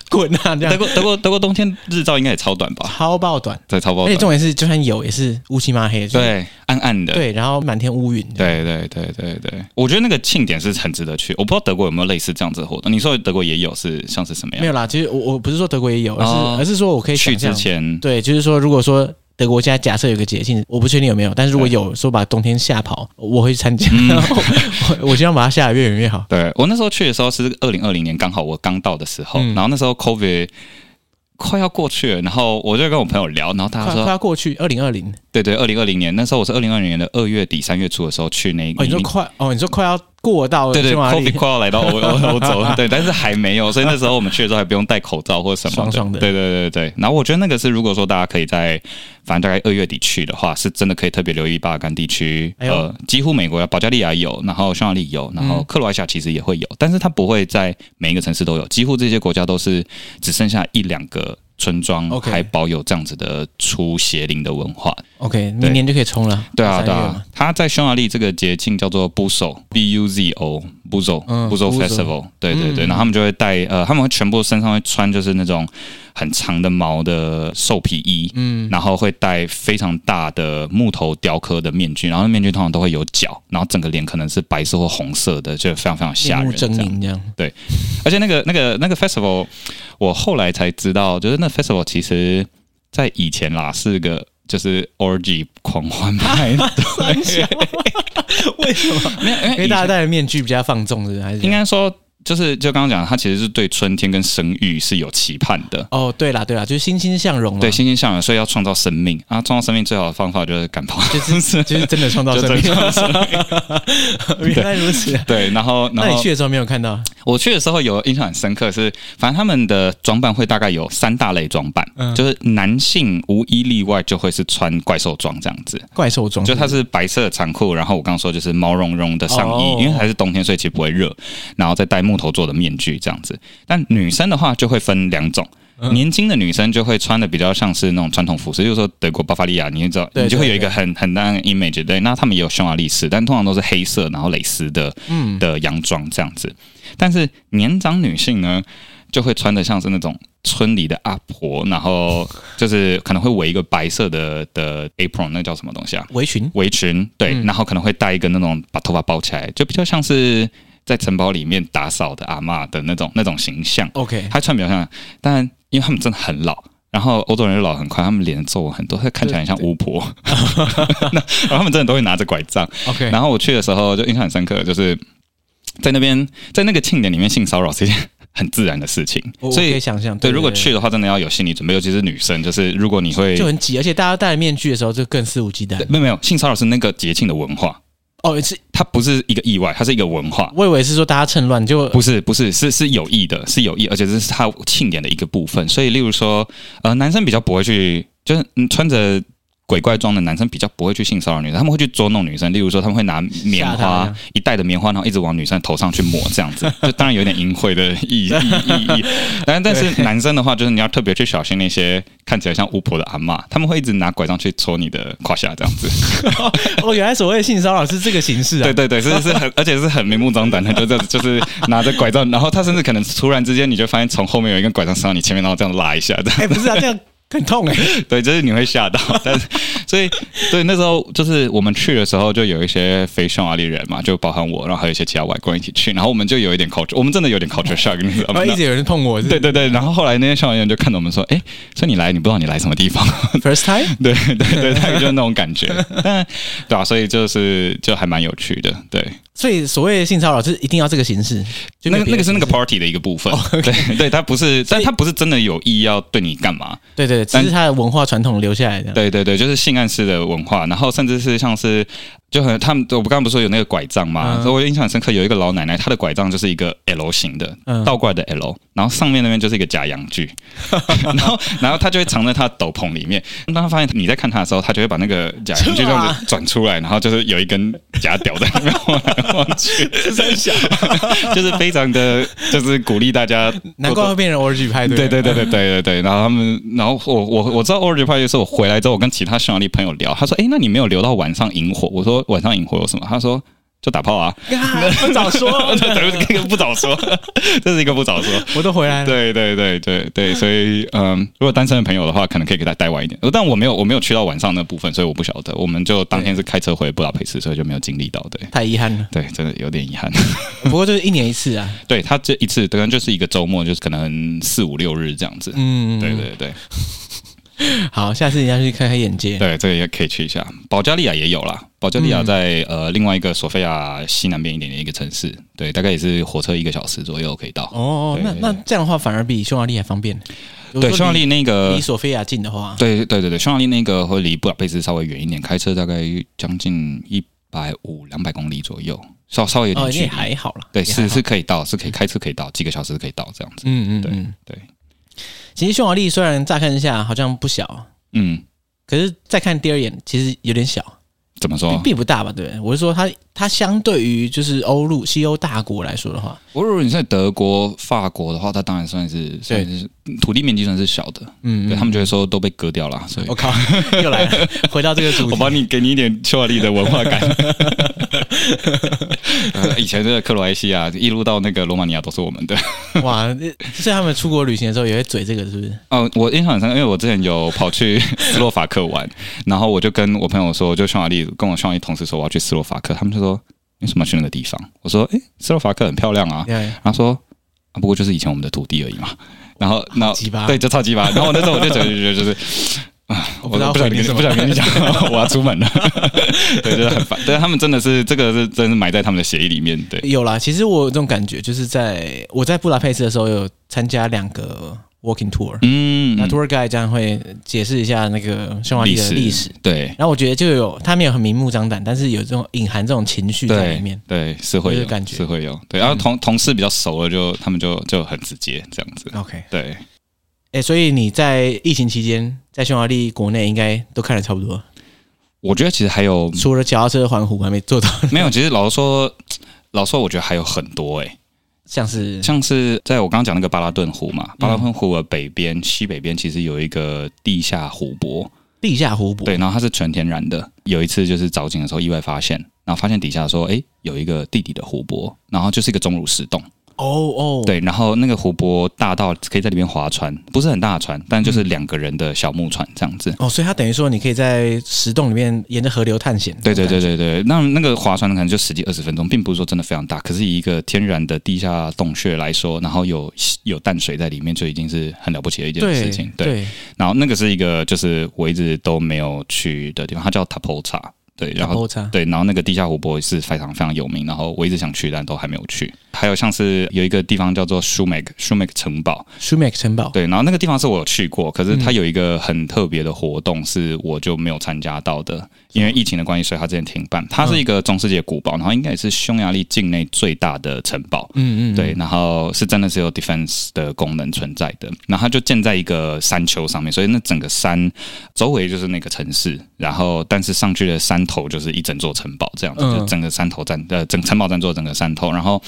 Speaker 1: 滚啊这
Speaker 2: 德
Speaker 1: 样，
Speaker 2: 国德国德国冬天日照应该也超短吧？
Speaker 1: 超爆短。
Speaker 2: 对，超爆
Speaker 1: 而且
Speaker 2: 短。
Speaker 1: 重点是，就算有，也是乌漆嘛黑的。就是
Speaker 2: 对，暗暗的。
Speaker 1: 对，然后满天乌云。，
Speaker 2: 对对对对对，我觉得那个庆典是很值得去。我不知道德国有没有类似这样子的活动。你说德国也有是像是什么
Speaker 1: 没
Speaker 2: 样？
Speaker 1: 有啦，其实我我不是说德国也有，而是、
Speaker 2: 哦
Speaker 1: 而是说我可以
Speaker 2: 去
Speaker 1: 想
Speaker 2: 之
Speaker 1: 象，
Speaker 2: 前，
Speaker 1: 对，就是说如果说。德国现在假设有个节庆，我不确定有没有，但是如果
Speaker 2: 对
Speaker 1: 有说把冬天吓跑，我会去参加。
Speaker 2: 嗯
Speaker 1: 我我希望把它吓得越远越好。
Speaker 2: 对我那时候去的时候是二零二零年，刚好我刚到的时候，
Speaker 1: 嗯
Speaker 2: 然后那时候 COVID 快要过去了，然后我就跟我朋友聊，然后大
Speaker 1: 快
Speaker 2: 家
Speaker 1: 快
Speaker 2: 说，
Speaker 1: 要过去，二零二零，
Speaker 2: 对对，二零二零年那时候我是二零二零年的二月底三月初的时候去那
Speaker 1: 哦，你说
Speaker 2: 你
Speaker 1: 快哦，你说快要过到
Speaker 2: 对对
Speaker 1: 匈牙利
Speaker 2: ，COVID 快要来到欧欧欧洲，对，但是还没有，所以那时候我们去的时候还不用戴口罩或什么
Speaker 1: 爽爽的
Speaker 2: 对对对对。然后我觉得那个是，如果说大家可以在反正大概二月底去的话，是真的可以特别留意巴尔干地区，
Speaker 1: 哎呦嗯
Speaker 2: 呃，几乎美国保加利亚有，然后匈牙利有，然后克罗埃西亚其实也会有，但是它不会在每一个城市都有，几乎这些国家都是只剩下一两个。村庄
Speaker 1: OK
Speaker 2: 还保有这样子的出邪灵的文化，
Speaker 1: OK，明年就可以冲了。
Speaker 2: 对啊，
Speaker 1: 三
Speaker 2: 对
Speaker 1: 月嘛
Speaker 2: 啊，，它在匈牙利这个节庆叫做 Buzo B U Z O Buzo
Speaker 1: 嗯
Speaker 2: Buzo
Speaker 1: Buzo
Speaker 2: Festival，对对对，然后他们就会带呃，他们会全部身上会穿就是那种很长的毛的兽皮衣，嗯，然后会戴非常大的木头雕刻的面具，然后那面具通常都会有角，然后整个脸可能是白色或红色的，就非常非常啊吓
Speaker 1: 面目
Speaker 2: 人这
Speaker 1: 狰
Speaker 2: 样。
Speaker 1: 狞这样。
Speaker 2: 而且那个那个那个 festival，我后来才知道，就是那 festival 其实在以前啦是个就是 orgy 狂欢派的
Speaker 1: 为什么？
Speaker 2: 没有，因
Speaker 1: 因为大家戴的面具比较放纵，是不是？还是
Speaker 2: 应该说就是就刚刚讲，它其实是对春天跟生育是有期盼的。
Speaker 1: 哦，对啦对啦，就是欣欣向荣啦
Speaker 2: 对，欣欣向荣，所以要创造生命啊！创造生命最好的方法就是赶跑，
Speaker 1: 就是就是真的创造
Speaker 2: 就
Speaker 1: 生
Speaker 2: 真的
Speaker 1: 命。
Speaker 2: 创造生命。
Speaker 1: 原来如此。
Speaker 2: 对，然后然
Speaker 1: 那你
Speaker 2: 后
Speaker 1: 去的时候没有看到？
Speaker 2: 我去的时候有印象很深刻是，反正他们的装扮会大概有三大类装扮，
Speaker 1: 嗯
Speaker 2: 就是男性无一例外就会是穿怪兽装这样子，
Speaker 1: 怪兽装
Speaker 2: 就它是白色的长裤，然后我刚刚说就是毛茸茸的上衣，
Speaker 1: 哦
Speaker 2: 因为还是冬天，所以其实不会热，然后再戴木头做的面具这样子。但女生的话就会分两种。
Speaker 1: 嗯
Speaker 2: 年轻的女生就会穿的比较像是那种传统服饰，就是说德国巴伐利亚，你就知道，
Speaker 1: 对
Speaker 2: 你就会有
Speaker 1: 对
Speaker 2: 一个很很大的 image。对，那他们也有匈牙利式，但通常都是黑色，然后蕾丝的
Speaker 1: 嗯，
Speaker 2: 的洋装这样子。但是年长女性呢，就会穿的像是那种村里的阿婆，然后就是可能会围一个白色的的 apron，那叫什么东西啊？
Speaker 1: 围裙
Speaker 2: 围裙，对，
Speaker 1: 嗯
Speaker 2: 然后可能会戴一个那种把头发包起来，就比较像是在城堡里面打扫的阿嬷的那种那种形象。
Speaker 1: ，OK，
Speaker 2: 她穿比较像，但因为他们真的很老。然后欧洲人又老很快，他们脸皱纹很多，她看起来很像 巫婆。然后他们真的都会拿着拐杖，
Speaker 1: OK，
Speaker 2: 然后我去的时候就印象很深刻，就是在那边在那个庆典里面性骚扰是一件很自然的事情，
Speaker 1: 我
Speaker 2: 所
Speaker 1: 我可以
Speaker 2: 以。
Speaker 1: 想象，
Speaker 2: 对，如果去的话，真的要有心理准备，尤其是女生，就是如果你会
Speaker 1: 就很挤，而且大家戴面具的时候就更肆无忌惮
Speaker 2: 对。没有没有性骚扰是那个节庆的文化，
Speaker 1: 哦，是
Speaker 2: 它不是一个意外，它是一个文化，
Speaker 1: 我以为是说大家趁乱就
Speaker 2: 不是不是是是有意的，是有意，而且这是它庆典的一个部分。所以，例如说，呃，男生比较不会去，就是嗯穿着鬼怪装的男生比较不会去性骚扰女生，他们会去捉弄女生。例如说，他们会拿棉
Speaker 1: 吓她
Speaker 2: 花
Speaker 1: 这样
Speaker 2: 一袋的棉花，然后一直往女生头上去抹，这样子，就当然有点淫秽的意意意意义。但但是男生的话，就是你要特别去小心那些看起来像巫婆的阿嬷，他们会一直拿拐杖去戳你的胯下，这样子。
Speaker 1: 哦，原来所谓的性骚扰是这个形式啊
Speaker 2: 对。对对，是是很，而且是很明目 张胆的，就这样子就是拿着拐杖，然后他甚至可能突然之间，你就发现从后面有一根拐杖伸到你前面，然后这样拉一下， 这样
Speaker 1: 哎，不是啊，这样很痛哎。
Speaker 2: 对，就是你会吓到。但是，所以对那时候就是我们去的时候，就有一些非匈牙利人嘛，就包含我，然后还有一些其他外国人一起去，然后我们就有一点 culture，我们真的有点 culture shock，你知道
Speaker 1: 然
Speaker 2: 吗
Speaker 1: 后？哦一直有人碰我，是
Speaker 2: 对对对，然后后来那些匈牙利人就看着我们说：“哎，所以你来，你不知道你来什么地方。”
Speaker 1: first time。
Speaker 2: 对对对，大概就是那种感觉。但对啊，所以就是就还蛮有趣的，对。
Speaker 1: 所以所谓的性骚扰是一定要这个形式，就
Speaker 2: 那个
Speaker 1: 别
Speaker 2: 那
Speaker 1: 的哦
Speaker 2: 个是那
Speaker 1: 形式
Speaker 2: 个 party 的一个部分，对对，他不是，但他不是真的有意要对你干嘛，
Speaker 1: 对对，只
Speaker 2: 但
Speaker 1: 是他的文化传统留下来的。
Speaker 2: 对对对，就是性暗示的文化，然后甚至是像是就很他们，我刚刚不是说有那个拐杖嘛，
Speaker 1: 嗯
Speaker 2: 所以我印象很深刻，有一个老奶奶，她的拐杖就是一个 L 型的
Speaker 1: 嗯，
Speaker 2: 倒过来的 L，然后上面那边就是一个假洋 具，然后然后她就会藏在她的斗篷里面，当她发现你在看她的时候，她就会把那个假洋具这样子转出来，然后就是有一根假屌在里面晃来晃 去，
Speaker 1: 三小，
Speaker 2: 就是非常的就是鼓励大家多做，
Speaker 1: 难怪会变成 orgy 派对。
Speaker 2: 对对对对对对对，然后他们，然后我我我知道 Orange Party 是我回来之后，我跟其他匈牙利朋友聊，他说：“哎，那你没有留到晚上引火？”我说：“晚上引火有什么？”他说：“就打炮啊。
Speaker 1: 啊， 不早 说，
Speaker 2: 这这个不早说，这是一个不早说。
Speaker 1: 我都回来了。
Speaker 2: 对对对对对，所以嗯，如果单身的朋友的话，可能可以给他待晚一点，但我没有我没有去到晚上那部分，所以我不晓得。我们就当天是开车回布达佩斯，所以就没有经历到。对
Speaker 1: 太遗憾了，
Speaker 2: 对，真的有点遗憾。
Speaker 1: 不过就是一年一次啊。
Speaker 2: 对他这一次可能就是一个周末，就是可能四五六日这样子。
Speaker 1: 嗯，
Speaker 2: 对对对。
Speaker 1: 好，下次你要去开开眼界。
Speaker 2: 对，这个也可以去一下。保加利亚也有啦，保加利
Speaker 1: 嗯
Speaker 2: 亚在、呃另外一个索菲亚西南边一点的一个城市，对，大概也是火车一个小时左右可以到。
Speaker 1: 哦，
Speaker 2: 对
Speaker 1: 那
Speaker 2: 对
Speaker 1: 那这样的话反而比匈牙利还方便。
Speaker 2: 对，匈牙利呃那
Speaker 1: 离
Speaker 2: 个，
Speaker 1: 索菲亚近的话，
Speaker 2: 对对对对，匈牙利那个会离布达佩斯稍微远一点，开车大概将近一百五两百公里左右，稍稍微有
Speaker 1: 哦，
Speaker 2: 点距
Speaker 1: 也
Speaker 2: 离。
Speaker 1: 还好啦。
Speaker 2: 对，
Speaker 1: 也还
Speaker 2: 是
Speaker 1: 好
Speaker 2: 是，可以到，是可以开车可以到，几个小时可以到这样子。
Speaker 1: 嗯嗯
Speaker 2: 对
Speaker 1: 嗯。
Speaker 2: 对，
Speaker 1: 其实匈牙利虽然乍看一下好像不小，
Speaker 2: 嗯，
Speaker 1: 可是再看第二眼其实有点小，
Speaker 2: 怎么
Speaker 1: 并
Speaker 2: 说？
Speaker 1: 并不大吧？对不对，我是说它它相对于就是欧陆西欧大国来说的话，
Speaker 2: 我如果你在德国、法国的话，它当然算是算是土地面积算是小的，
Speaker 1: 嗯，
Speaker 2: 对
Speaker 1: 嗯
Speaker 2: 他们就会说都被割掉了，所以
Speaker 1: 我靠，嗯又来了，回到这个主
Speaker 2: 我
Speaker 1: 题。
Speaker 2: 帮你给你一点匈牙利的文化感。 呃以前这个克罗埃西亚一路到那个罗马尼亚都是我们的。
Speaker 1: 哇，那所以他们出国旅行的时候也会嘴这个，是不是？
Speaker 2: 哦，我印象很深，因为我之前有跑去斯洛伐克玩，然后我就跟我朋友说，就匈牙利跟我匈牙利同事说我要去斯洛伐克，他们就说你为什么要去那个地方？我说诶，斯洛伐克很漂亮啊。
Speaker 1: 对，
Speaker 2: 然后说啊，不过就是以前我们的土地而已嘛。然后那
Speaker 1: 鸡巴
Speaker 2: 对，就超级吧。然后那时候我就觉得就是。
Speaker 1: 我不
Speaker 2: 我
Speaker 1: 知道
Speaker 2: 不
Speaker 1: 回
Speaker 2: 想
Speaker 1: 你
Speaker 2: 跟
Speaker 1: 什
Speaker 2: 不
Speaker 1: 么。
Speaker 2: 想跟你 讲，我要出门了。 对，就是很烦。对他们真的是这个是真的是埋在他们的协议里面。对，
Speaker 1: 有啦，其实我有这种感觉，就是在我在布达佩斯的时候有参加两个 walking tour，、
Speaker 2: 嗯，
Speaker 1: 那 tour guide 这样会解释一下那个匈牙利的历史。
Speaker 2: 对
Speaker 1: 然后我觉得就有他没有很明目张胆，但是有这种隐含这种情绪在里面
Speaker 2: 对。对是会
Speaker 1: 有
Speaker 2: 有
Speaker 1: 这感觉
Speaker 2: 是会有。对，然后同同事比较熟了，就他们就就很直接这样子。
Speaker 1: OK，
Speaker 2: 对，
Speaker 1: 哎、所以你在疫情期间在匈牙利国内应该都看的差不多，
Speaker 2: 我觉得其实还 有
Speaker 1: 除了脚踏车环湖还没做到，
Speaker 2: 没有？其实老实说，老实说，我觉得还有很多哎、
Speaker 1: 像是
Speaker 2: 像是在我刚刚讲那个巴拉顿湖嘛，巴拉顿湖的北边、西北边其实有一个地下湖泊，
Speaker 1: 地下湖泊。
Speaker 2: 对，然后它是全天然的。有一次就是凿井的时候意外发现，然后发现底下说，哎，有一个地底的湖泊，然后就是一个钟乳石洞，
Speaker 1: 哦哦，，
Speaker 2: 对，然后那个湖泊大到可以在里面划船，不是很大的船，但就是两个人的小木船这样子。
Speaker 1: 哦，所以它等于说你可以在石洞里面沿着河流探险。
Speaker 2: 对对对对对，那那个划船可能就十几二十分钟，并不是说真的非常大，可是以一个天然的地下洞穴来说，然后有有淡水在里面，就已经是很了不起的一件
Speaker 1: 对
Speaker 2: 事情。对，
Speaker 1: 对，
Speaker 2: 然后那个是一个就是我一直都没有去的地方，它叫 Tapota。对，然后
Speaker 1: 后差
Speaker 2: 对，然后那个地下湖泊是非常非常有名，然后我一直想去，但都还没有去。还有像是有一个地方叫做 Shumake Shumake 城堡，
Speaker 1: Shumac 城堡。
Speaker 2: 对，然后那个地方是我有去过，可是它
Speaker 1: 嗯
Speaker 2: 有一个很特别的活动是我就没有参加到的，因为疫情的关系，所以它之前停办。它
Speaker 1: 嗯
Speaker 2: 是一个中世纪的古堡，然后应该也是匈牙利境内最大的城堡。
Speaker 1: 嗯嗯，嗯
Speaker 2: 对，，然后是真的是有 defense 的功能存在的，然后它就建在一个山丘上面，所以那整个山周围就是那个城市，然后但是上去的山头就是一整座城堡这样子，
Speaker 1: 嗯
Speaker 2: 就整个山头占呃整城堡占座整个山头，然后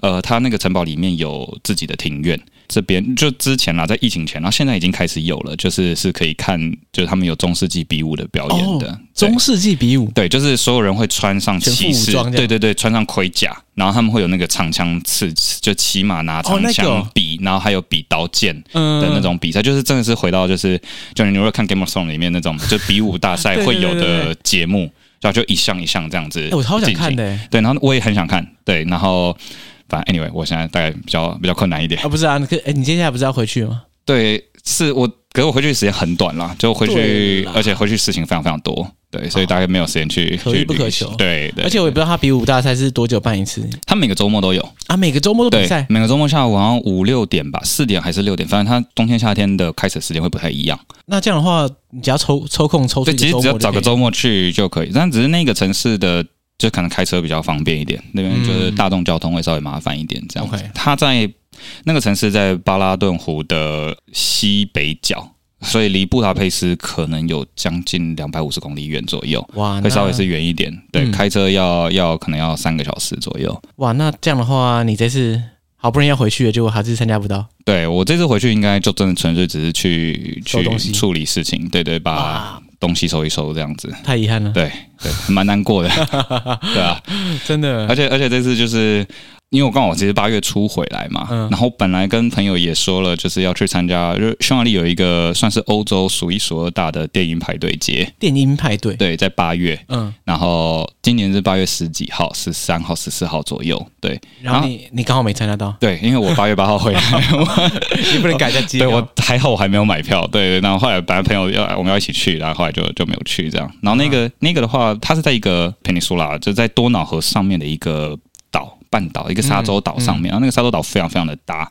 Speaker 2: 呃它那个城堡里面有自己的庭院，这边就之前啦，在疫情前，然后现在已经开始有了，就是是可以看就是他们有中世纪比武的表演的，
Speaker 1: 哦
Speaker 2: 对
Speaker 1: 中世纪比武
Speaker 2: 对，就是所有人会穿上
Speaker 1: 全副
Speaker 2: 骑
Speaker 1: 武
Speaker 2: 士
Speaker 1: 装，这样
Speaker 2: 对对对，穿上盔甲，然后他们会有那个长枪刺，就骑马拿
Speaker 1: 哦
Speaker 2: 长
Speaker 1: 那个
Speaker 2: 枪
Speaker 1: 哦
Speaker 2: 比，然后还有比刀剑
Speaker 1: 嗯
Speaker 2: 的那种比赛，就是真的是回到就是就你如果看 Game of Thrones 里面那种就比武大赛
Speaker 1: 对对
Speaker 2: 会有
Speaker 1: 对对
Speaker 2: 的节目，然后就一项一项这样子进
Speaker 1: 哎
Speaker 2: 行。
Speaker 1: 我超想看的欸
Speaker 2: 对，然后我也很想看，对，然后反正 anyway，我现在大概比较比较困难一点。
Speaker 1: 啊，不是啊，可哎，你接下来不是要回去吗？
Speaker 2: 对，是我，可是我回去时间很短啦，就回
Speaker 1: 对
Speaker 2: 去
Speaker 1: 啦，
Speaker 2: 而且回去事情非常非常多，对，所以大概没有时间去
Speaker 1: 可遇
Speaker 2: 去
Speaker 1: 不可
Speaker 2: 旅行
Speaker 1: 求
Speaker 2: 对，对
Speaker 1: 而且我也不知道他比武大赛是多久办一次
Speaker 2: 他每个周末都有，
Speaker 1: 啊，每个周末都比
Speaker 2: 对
Speaker 1: 赛，
Speaker 2: 每个周末下午好像五六点吧，四点还是六点，反正他冬天夏天的开始时间会不太一样。
Speaker 1: 那这样的话，你只要抽抽空抽出
Speaker 2: 所以
Speaker 1: 一
Speaker 2: 其实
Speaker 1: 个
Speaker 2: 只
Speaker 1: 周
Speaker 2: 要
Speaker 1: 末，
Speaker 2: 找个，周末去就可以，但只是那个城市的。就可能开车比较方便一点，那边就是大众交通会稍微麻烦一点这样子
Speaker 1: 嗯 OK。
Speaker 2: 它在那个城市在巴拉顿湖的西北角，所以离布达佩斯可能有将近两百五十公里远左右，
Speaker 1: 哇，
Speaker 2: 会稍
Speaker 1: 啊
Speaker 2: 微
Speaker 1: 那
Speaker 2: 是远一点。对，
Speaker 1: 嗯
Speaker 2: 开车要要可能要三个小时左右。
Speaker 1: 哇，那这样的话，你这次好不容易要回去了，结果还是参加不到，
Speaker 2: 对我这次回去应该就真的纯粹只是去
Speaker 1: 收东西啊
Speaker 2: 去处理事情，对对，把
Speaker 1: 哇，
Speaker 2: 东西收一收这样子，
Speaker 1: 太遗憾了，嗯
Speaker 2: 对对，蛮难 过的，对啊，
Speaker 1: 真的
Speaker 2: 而且而且这次就是因为我刚好其实八月初回来嘛，
Speaker 1: 嗯
Speaker 2: 然后本来跟朋友也说了，就是要去参加，就是匈牙利有一个算是欧洲数一数二大的电影排队节，
Speaker 1: 电音派对，
Speaker 2: 对，在八月，
Speaker 1: 嗯，
Speaker 2: 然后今年是八月十几号、十三号、十四号左右，对
Speaker 1: 然后你你刚好没参加 到，
Speaker 2: 对，因为我八月八号回来，
Speaker 1: 你不能改一下机
Speaker 2: 对我还好，我还没有买票。对，然后后来本来朋友要我们要一起去，然后后来就就没有去这样。然后那个、那个的话，它是在一个 peninsula，就是在多瑙河上面的一个岛半岛，一个沙洲岛上面。然后那个沙洲岛非常非常的大，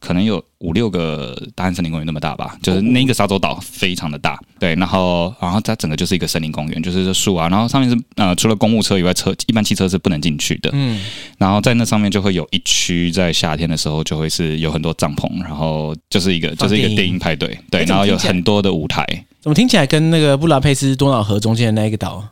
Speaker 2: 可能有五六个大安森林公园那么大吧，就是那一个沙洲岛非常的大。对，然后然后它整个就是一个森林公园，就是树啊，然后上面是呃除了公务车以外，车一般汽车是不能进去的。
Speaker 1: 嗯，
Speaker 2: 然后在那上面就会有一区，在夏天的时候就会是有很多帐篷，然后就是一个
Speaker 1: 放
Speaker 2: 就是一个
Speaker 1: 电影
Speaker 2: 电影派对，对，
Speaker 1: 哎怎
Speaker 2: 然
Speaker 1: 么
Speaker 2: 后有
Speaker 1: 听起来
Speaker 2: 很多的舞台，
Speaker 1: 怎么听起来跟那个布达佩斯多瑙河中间的那一个岛，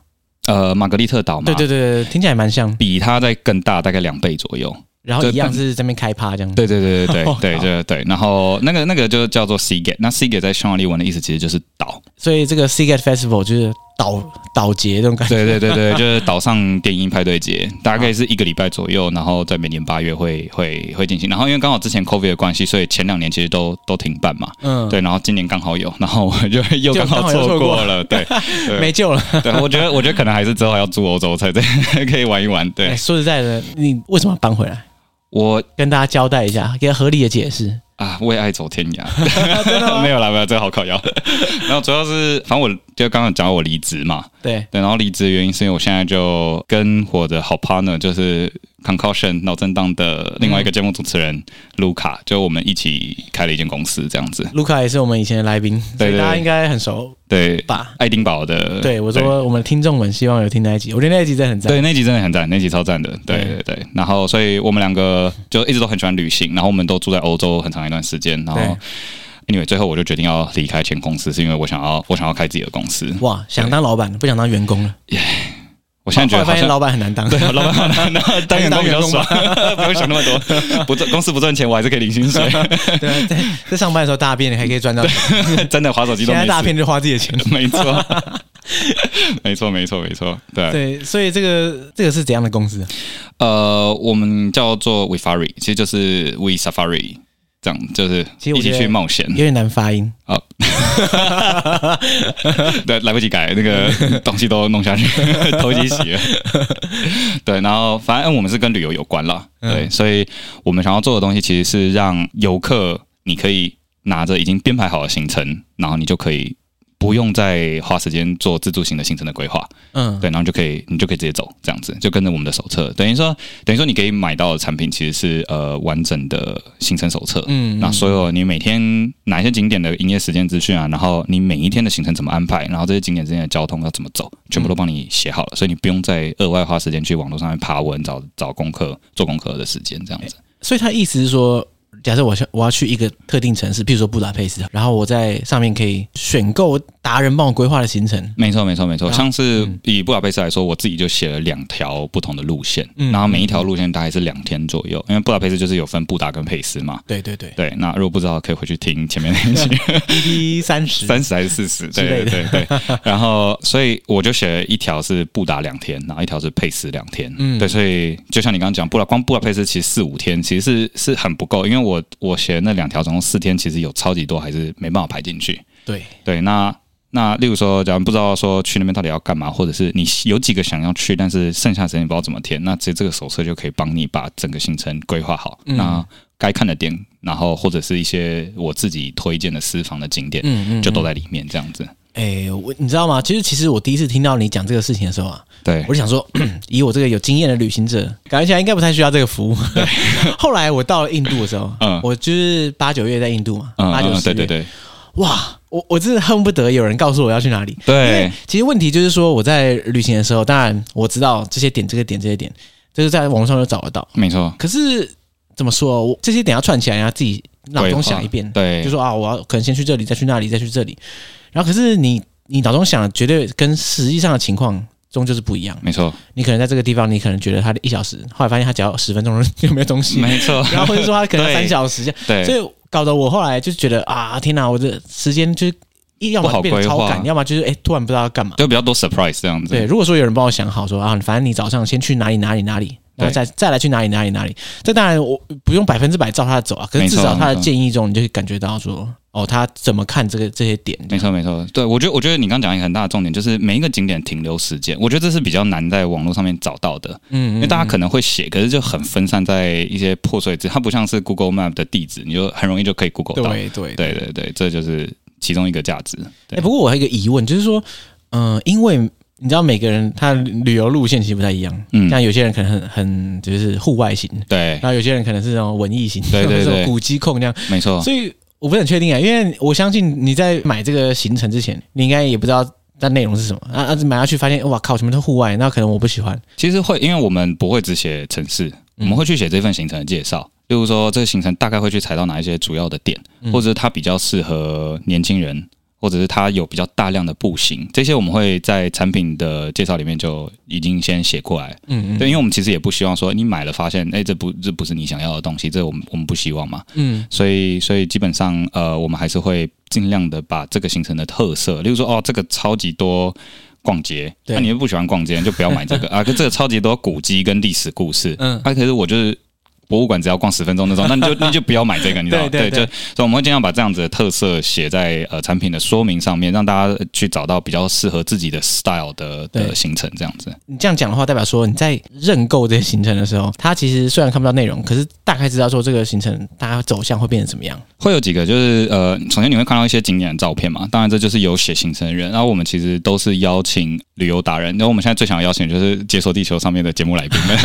Speaker 2: 呃，玛格丽特岛嘛，
Speaker 1: 对对对，对听起来蛮像，
Speaker 2: 比它再更大，大概两倍左右。
Speaker 1: 然后
Speaker 2: 对
Speaker 1: 一样
Speaker 2: 但
Speaker 1: 是在那边开趴这样，
Speaker 2: 对对对
Speaker 1: 我
Speaker 2: 对对
Speaker 1: 靠
Speaker 2: 对对对。然后那个那个就叫做 Sea Gate，那 Sea Gate 在匈牙利文的意思其实就是岛，
Speaker 1: 所以这个 s e a g a t Festival 就是岛岛节这种感觉。
Speaker 2: 对对对对， 就是岛上电音派对节，大概是一个礼拜左右，然后在每年八月会会会进行。然后因为刚好之前 COVID 的关系，所以前两年其实都都停办嘛，
Speaker 1: 嗯，
Speaker 2: 对，然后今年刚好有，然后我就又
Speaker 1: 就
Speaker 2: 刚好
Speaker 1: 刚好又
Speaker 2: 错
Speaker 1: 错过
Speaker 2: 过了，对对
Speaker 1: 没救了。
Speaker 2: 对，我觉得我觉得可能还是之后要住欧洲才对，可以玩一玩。对
Speaker 1: 哎，说实在的，你为什么要搬回来？
Speaker 2: 我
Speaker 1: 跟大家交代一下，给合理的解释。
Speaker 2: 啊，啊，为爱走天涯， 没有啦，没有，这个好靠腰。然后主要是，反正我就刚刚讲我离职嘛，
Speaker 1: 对，
Speaker 2: 对，然后离职的原因是因为我现在就跟我的好 partner 就是 Concussion 脑震荡的另外一个节目主持
Speaker 1: 嗯
Speaker 2: 人卢卡，就我们一起开了一间公司这样子。
Speaker 1: 卢卡也是我们以前的来宾，所
Speaker 2: 对
Speaker 1: 以
Speaker 2: 对
Speaker 1: 大家应该很熟
Speaker 2: 对，
Speaker 1: 吧？
Speaker 2: 爱丁堡的，
Speaker 1: 对，我说我们的听众们希望有听那一集，我觉得那一集真的很赞。
Speaker 2: 对，那集真的很赞，那集超赞的。对对对，然后所以我们两个就一直都很喜欢旅行，然后我们都住在欧洲很长一段时间，然后。anyway，最后我就决定要离开前公司，是因为我想要我想要开自己的公司。
Speaker 1: 哇，想当老板不想当员工了？
Speaker 2: 我现在 觉
Speaker 1: 后来
Speaker 2: 得好
Speaker 1: 发现
Speaker 2: 像
Speaker 1: 老板很难当。
Speaker 2: 对，老板那那 当员工比较爽，
Speaker 1: 还
Speaker 2: 不用想那么多。不赚公司不赚钱，我还是可以领薪 水。
Speaker 1: 对啊，在在上班的时候大便还可以赚到钱，
Speaker 2: 真的，滑手机都
Speaker 1: 现在
Speaker 2: 没
Speaker 1: 大
Speaker 2: 事。
Speaker 1: 便就花自己的钱。
Speaker 2: 没错， 没错，没错，没错。对，
Speaker 1: 对，所以这个这个是怎样的公司啊？
Speaker 2: 呃，我们叫做 We Fari，其实就是 We Safari，这样就是
Speaker 1: 其实我
Speaker 2: 一
Speaker 1: 觉
Speaker 2: 起
Speaker 1: 得
Speaker 2: 去冒险
Speaker 1: 有。点难发音。
Speaker 2: 对， 来不及改，那个东西都弄下去，头已经洗了。对，然后反正我们是跟旅游有关啦，对，所以我们想要做的东西其实是让游客，你可以拿着已经编排好的行程，然后你就可以不用再花时间做自助型的行程的规划，
Speaker 1: 嗯，
Speaker 2: 对，然后就可以你就可以直接走，这样子就跟着我们的手册，等于说等于说你可以买到的产品其实是呃完整的行程手册，
Speaker 1: 嗯，
Speaker 2: 那所有你每天哪一些景点的营业时间资讯啊，然后你每一天的行程怎么安排，然后这些景点之间的交通要怎么走，全
Speaker 1: 嗯
Speaker 2: 部都帮你写好了，所以你不用再额外花时间去网络上面爬文找找功课、做功课的时间这样子。
Speaker 1: 所以他意思是说，假设我想我要去一个特定城市，譬如说布达佩斯，然后我在上面可以选购达人帮我规划的行程。
Speaker 2: 没错，没错，没错。
Speaker 1: 然后
Speaker 2: 像是
Speaker 1: 嗯
Speaker 2: 以布达佩斯来说，我自己就写了两条不同的路线，
Speaker 1: 嗯
Speaker 2: 然后每一条路线大概是两天左右，因为布达佩斯就是有分布达跟佩斯嘛。
Speaker 1: 对对对
Speaker 2: 对，那如果不知道，可以回去听前面 那一集。
Speaker 1: ，EP 三十，
Speaker 2: 三十还是四十？
Speaker 1: 之类
Speaker 2: 对
Speaker 1: 的
Speaker 2: 对对对。然后，所以我就写了一条是布达两天，然后一条是佩斯两天。
Speaker 1: 嗯
Speaker 2: 嗯，对，所以就像你刚刚讲，布达光布达佩斯其实四五天，其实是是很不够，因为我我写的那两条总共四天，其实有超级多还是没办法排进去。
Speaker 1: 对，
Speaker 2: 对，那那例如说，假如不知道说去那边到底要干嘛，或者是你有几个想要去，但是剩下时间不知道怎么填，那直接这个手册就可以帮你把整个行程规划好。
Speaker 1: 嗯
Speaker 2: 那该看的点，然后或者是一些我自己推荐的私房的景点，
Speaker 1: 嗯嗯，
Speaker 2: 就都在里面这样子。
Speaker 1: 哎、我你知道吗？其实其实我第一次听到你讲这个事情的时候啊，
Speaker 2: 对
Speaker 1: 我就想说， 以我这个有经验的旅行者，感觉起来应该不太需要这个服务。 后来我到了印度的时候，
Speaker 2: 嗯
Speaker 1: 我就是八九月在印度嘛，
Speaker 2: 嗯，
Speaker 1: 八九
Speaker 2: 嗯
Speaker 1: 十
Speaker 2: 对
Speaker 1: 月，
Speaker 2: 对对
Speaker 1: 哇，我我真的恨不得有人告诉我要去哪里。
Speaker 2: 对，
Speaker 1: 其实问题就是说，我在旅行的时候，当然我知道这些点、这个点、这些点，就是在网上都找得到。
Speaker 2: 没错，
Speaker 1: 可是怎么说，我这些点要串起来，要自己脑中想一遍，
Speaker 2: 对
Speaker 1: 就说啊，我要可能先去这里，再去那里，再去这里。然后可是你你脑中想的绝对跟实际上的情况终究是不一样。
Speaker 2: 没 错，
Speaker 1: 你可能在这个地方，你可能觉得它一小时，后来发现它只要十分钟就就没有东西，
Speaker 2: 没错，
Speaker 1: 然后或者说它可能
Speaker 2: 对
Speaker 1: 三小时这样，所
Speaker 2: 对
Speaker 1: 以搞得我后来就觉得啊，天哪，我的时间就是一要
Speaker 2: 不好
Speaker 1: 么变得超
Speaker 2: 规划
Speaker 1: 赶，要么就是哎、突然不知道要干嘛。
Speaker 2: 就比较多 surprise 这样子。
Speaker 1: 对，如果说有人帮我想好说啊，反正你早上先去哪里哪里哪里，然后再再来去哪里哪里哪里，这当然我不用百分之百照他的走啊，可是
Speaker 2: 没
Speaker 1: 至
Speaker 2: 错嗯
Speaker 1: 少他的
Speaker 2: 没错
Speaker 1: 建议中，你就会感觉到说，哦，他怎么看这个这些点？
Speaker 2: 没错，没错，对我觉得，我觉得你刚刚讲一个很大的重点，就是每一个景点停留时间，我觉得这是比较难在网络上面找到的，
Speaker 1: 嗯，
Speaker 2: 因为大家可能会写，可是就很分散在一些破碎字，它不像是 Google Map 的地址，你就很容易就可以 Google 到。
Speaker 1: 对对
Speaker 2: 对对对，这就是其中一个价值。
Speaker 1: 哎、
Speaker 2: 对
Speaker 1: 不过我还有一个疑问，就是说，嗯、因为你知道每个人他旅游路线其实不太一样，
Speaker 2: 嗯
Speaker 1: 像有些人可能很很就是户外型，
Speaker 2: 对，
Speaker 1: 然后有些人可能是那种文艺型，
Speaker 2: 对对
Speaker 1: 这种
Speaker 2: 对
Speaker 1: 古迹控这样。
Speaker 2: 没错，
Speaker 1: 所以我不是很确定啊，因为我相信你在买这个行程之前，你应该也不知道它内容是什么啊啊！买下去发现，哇靠，什么都户外，那可能我不喜欢。
Speaker 2: 其实会，因为我们不会只写城市，我们会去写这份行程的介绍，例如说这个行程大概会去踩到哪一些主要的点，或者是它比较适合年轻人，或者是它有比较大量的步行，这些我们会在产品的介绍里面就已经先写过来。
Speaker 1: 嗯
Speaker 2: 对，因为我们其实也不希望说你买了发现，哎、这不这不是你想要的东西，这我们我们不希望嘛。
Speaker 1: 嗯
Speaker 2: 所以所以基本上呃，我们还是会尽量的把这个行程的特色，例如说哦，这个超级多。逛街，
Speaker 1: 对
Speaker 2: 那、你又 啊不喜欢逛街，你就不要买这个啊。可这个超级多古迹跟历史故事，
Speaker 1: 嗯
Speaker 2: 嗯，啊，可是我就是博物馆只要逛十分钟那种，那你就 那你就不要买这个，你知道吗？
Speaker 1: 对对对
Speaker 2: 就所以我们会尽量把这样子的特色写在呃产品的说明上面，让大家去找到比较适合自己的 style 的
Speaker 1: 对
Speaker 2: 的行程这样子。
Speaker 1: 你这样讲的话，代表说你在认购这些行程的时候，他其实虽然看不到内容，可是大概知道说这个行程大家走向会变成什么样。
Speaker 2: 会有几个，就是呃，首先你会看到一些景点的照片嘛，当然这就是有写行程的人。然后我们其实都是邀请旅游达人，那我们现在最想邀请的就是《解锁地球》上面的节目来宾 们，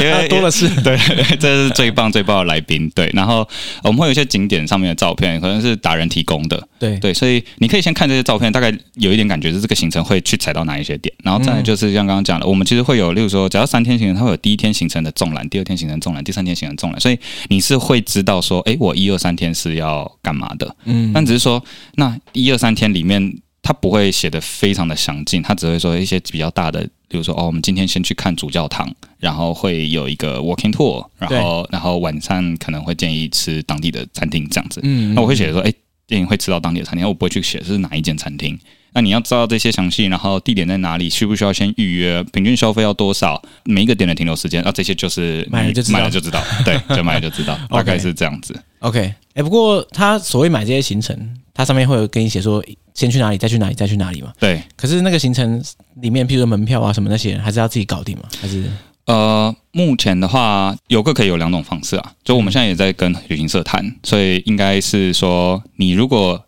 Speaker 2: 因为
Speaker 1: 啊多的是，
Speaker 2: 对，这是最棒最棒的来宾。对，然后我们会有一些景点上面的照片，可能是达人提供的，
Speaker 1: 对
Speaker 2: 对，所以你可以先看这些照片，大概有一点感觉是这个行程会去踩到哪一些点，然后再来就是像刚刚讲的，我们其实会有，例如说，假如三天行程，它会有第一天行程的纵览，第二天行程纵览，第三天行程纵览，所以你是会知道说，诶，我一二三天是要干嘛的，
Speaker 1: 嗯
Speaker 2: 但只是说那一二三天里面，它不会写的非常的详尽，它只会说一些比较大的。比如说，哦，我们今天先去看主教堂，然后会有一个 walking tour，然后然后晚上可能会建议吃当地的餐厅这样子。
Speaker 1: 嗯
Speaker 2: 那我会写说，哎、电影会吃到当地的餐厅，啊我不会去写是哪一间餐厅。那你要知道这些详细，然后地点在哪里，需不需要先预约，平均消费要多少，每一个点的停留时间，啊，这些就是
Speaker 1: 买了就知道
Speaker 2: 买了就知道，对，就买了 就知道，大概是这样子。
Speaker 1: OK，哎、诶不过他所谓买这些行程，它上面会有跟你写说先去哪里，再去哪里，再去哪里嘛。
Speaker 2: 对，
Speaker 1: 可是那个行程里面，譬如说门票啊什么那些，还是要自己搞定嘛？还是
Speaker 2: 呃，目前的话，游客可以有两种方式啊，就我们现在也在跟旅行社谈，所以应该是说，你如果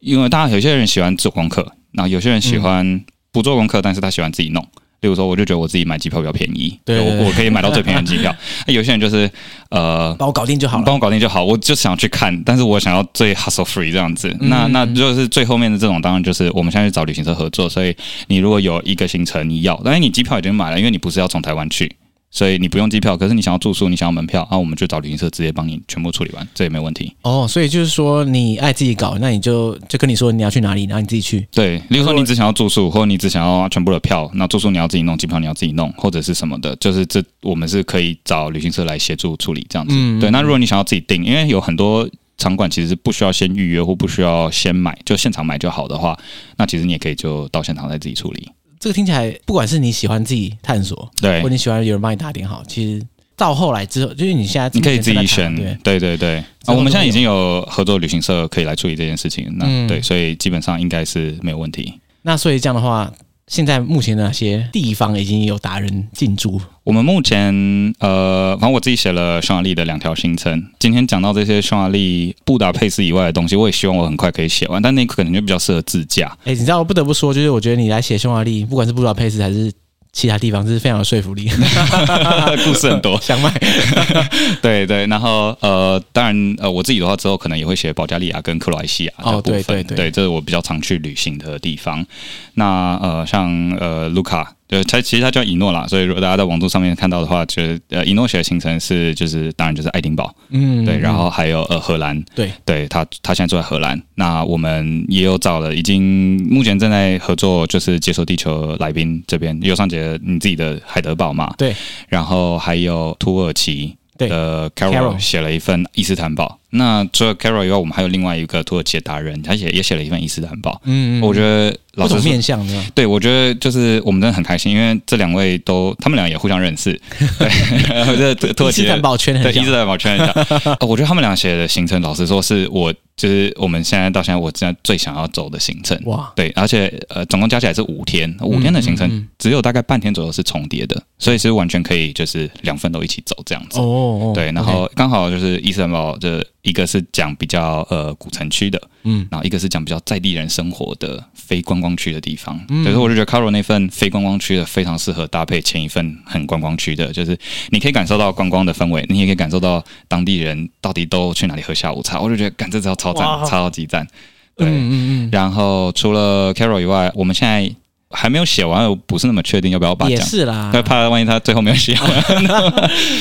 Speaker 2: 因为大家有些人喜欢做功课，然后有些人喜欢不做功课，但是他喜欢自己弄。例如说，我就觉得我自己买机票比较便宜，
Speaker 1: 对对
Speaker 2: 我
Speaker 1: 对
Speaker 2: 我可以买到最便宜的机票。那有些人就是呃，
Speaker 1: 帮我搞定就好
Speaker 2: 你
Speaker 1: 了？
Speaker 2: 帮我搞定就好。我就想去看，但是我想要最 hustle free 这样子。
Speaker 1: 嗯
Speaker 2: 那那就是最后面的这种，当然就是我们现在去找旅行社合作。所以你如果有一个行程你要，但是你机票已经买了，因为你不是要从台湾去，所以你不用机票。可是你想要住宿，你想要门票，啊那、我们就找旅行社直接帮你全部处理完，这也没问题。
Speaker 1: 哦，所以就是说你爱自己搞，那你就就跟你说你要去哪里，然后你自己去。
Speaker 2: 对，例如说你只想要住宿，或者你只想要全部的票，那住宿你要自己弄，机票你要自己弄，或者是什么的，就是这我们是可以找旅行社来协助处理这样子。
Speaker 1: 嗯
Speaker 2: 对，那如果你想要自己订，因为有很多场馆其实是不需要先预约或不需要先买，就现场买就好的话，那其实你也可以就到现场再自己处理。
Speaker 1: 这个听起来，不管是你喜欢自己探索，
Speaker 2: 对
Speaker 1: 或，你喜欢有人帮你打点好，其实到后来之后，就是你现在
Speaker 2: 你可以自己
Speaker 1: 在看
Speaker 2: 选
Speaker 1: 对。，
Speaker 2: 对对对。啊，我们现在已经有合作旅行社可以来处理这件事情，那、
Speaker 1: 嗯
Speaker 2: 对，所以基本上应该是没有问题。
Speaker 1: 那所以这样的话，现在目前哪些地方已经有达人进驻？
Speaker 2: 我们目前呃，反正我自己写了匈牙利的两条行程。今天讲到这些匈牙利、布达佩斯以外的东西，我也希望我很快可以写完，但那个可能就比较适合自 驾。
Speaker 1: 哎、你知道，我不得不说，就是我觉得你来写匈牙利，不管是布达佩斯还是其他地方，是非常有说服力。
Speaker 2: 故事很多，
Speaker 1: 想买，
Speaker 2: 对对。然后呃，当然呃，我自己的话之后可能也会写保加利亚跟克罗埃西亚的
Speaker 1: 哦
Speaker 2: 部分，
Speaker 1: 对对对
Speaker 2: 这是我比较常去旅行的地方。那呃，像呃卢卡。对，他其实他叫以诺啦，所以如果大家在网络上面看到的话，就是呃，以诺写的行程是就是当然就是爱丁堡，
Speaker 1: 嗯
Speaker 2: 对，然后还有呃荷兰，
Speaker 1: 对
Speaker 2: 对，他他现在住在荷兰。那我们也有找了，已经目前正在合作，就是接受地球来宾这边，右上角你自己的海德堡嘛，
Speaker 1: 对，
Speaker 2: 然后还有土耳其。
Speaker 1: 对
Speaker 2: 的
Speaker 1: Carol
Speaker 2: Carol 写了一份伊斯坦堡。那除了 Carol 以外，我们还有另外一个土耳其的达人，他也也写了一份伊斯坦堡。
Speaker 1: 嗯
Speaker 2: 我觉得哦老
Speaker 1: 不
Speaker 2: 师
Speaker 1: 同面向的，
Speaker 2: 对，我觉得就是我们真的很开心，因为这两位都，他们俩也互相 认识。对， 这土土
Speaker 1: 伊
Speaker 2: 耳其
Speaker 1: 斯
Speaker 2: 的
Speaker 1: 坦堡圈 很
Speaker 2: 对， 一直
Speaker 1: 小，
Speaker 2: 在保圈一下。呃我觉得他们俩写的行程，老实说，是我就是我们现在到现在我现在最想要走的行程。
Speaker 1: 哇，
Speaker 2: 对，而且呃，总共加起来是五天，五天的
Speaker 1: 嗯
Speaker 2: 行
Speaker 1: 嗯
Speaker 2: 程只有大概半天左右是重叠的，所以是完全可以就是两份都一起走这样子。
Speaker 1: 哦哦，
Speaker 2: 对，然
Speaker 1: OK，
Speaker 2: 后刚好就是伊斯坦堡的一个是讲比较呃古城区的，
Speaker 1: 嗯，
Speaker 2: 然后一个是讲比较在地人生活的非观光区的地方。
Speaker 1: 嗯
Speaker 2: 所以说，我就觉得 Caro 那份非观光区的非常适合搭配前一份很观光区的，就是你可以感受到观光的氛围，你也可以感受到当地人到底都去哪里喝下午茶。我就觉得，感这招超赞
Speaker 1: 哇，
Speaker 2: 超级赞。
Speaker 1: 嗯
Speaker 2: 对，
Speaker 1: 嗯嗯，
Speaker 2: 然后除了 Caro 以外，我们现在还没有写完，我不是那么确定要不要把它
Speaker 1: 也
Speaker 2: 讲。
Speaker 1: 是啊啦
Speaker 2: 对，。怕万一他最后没有写完。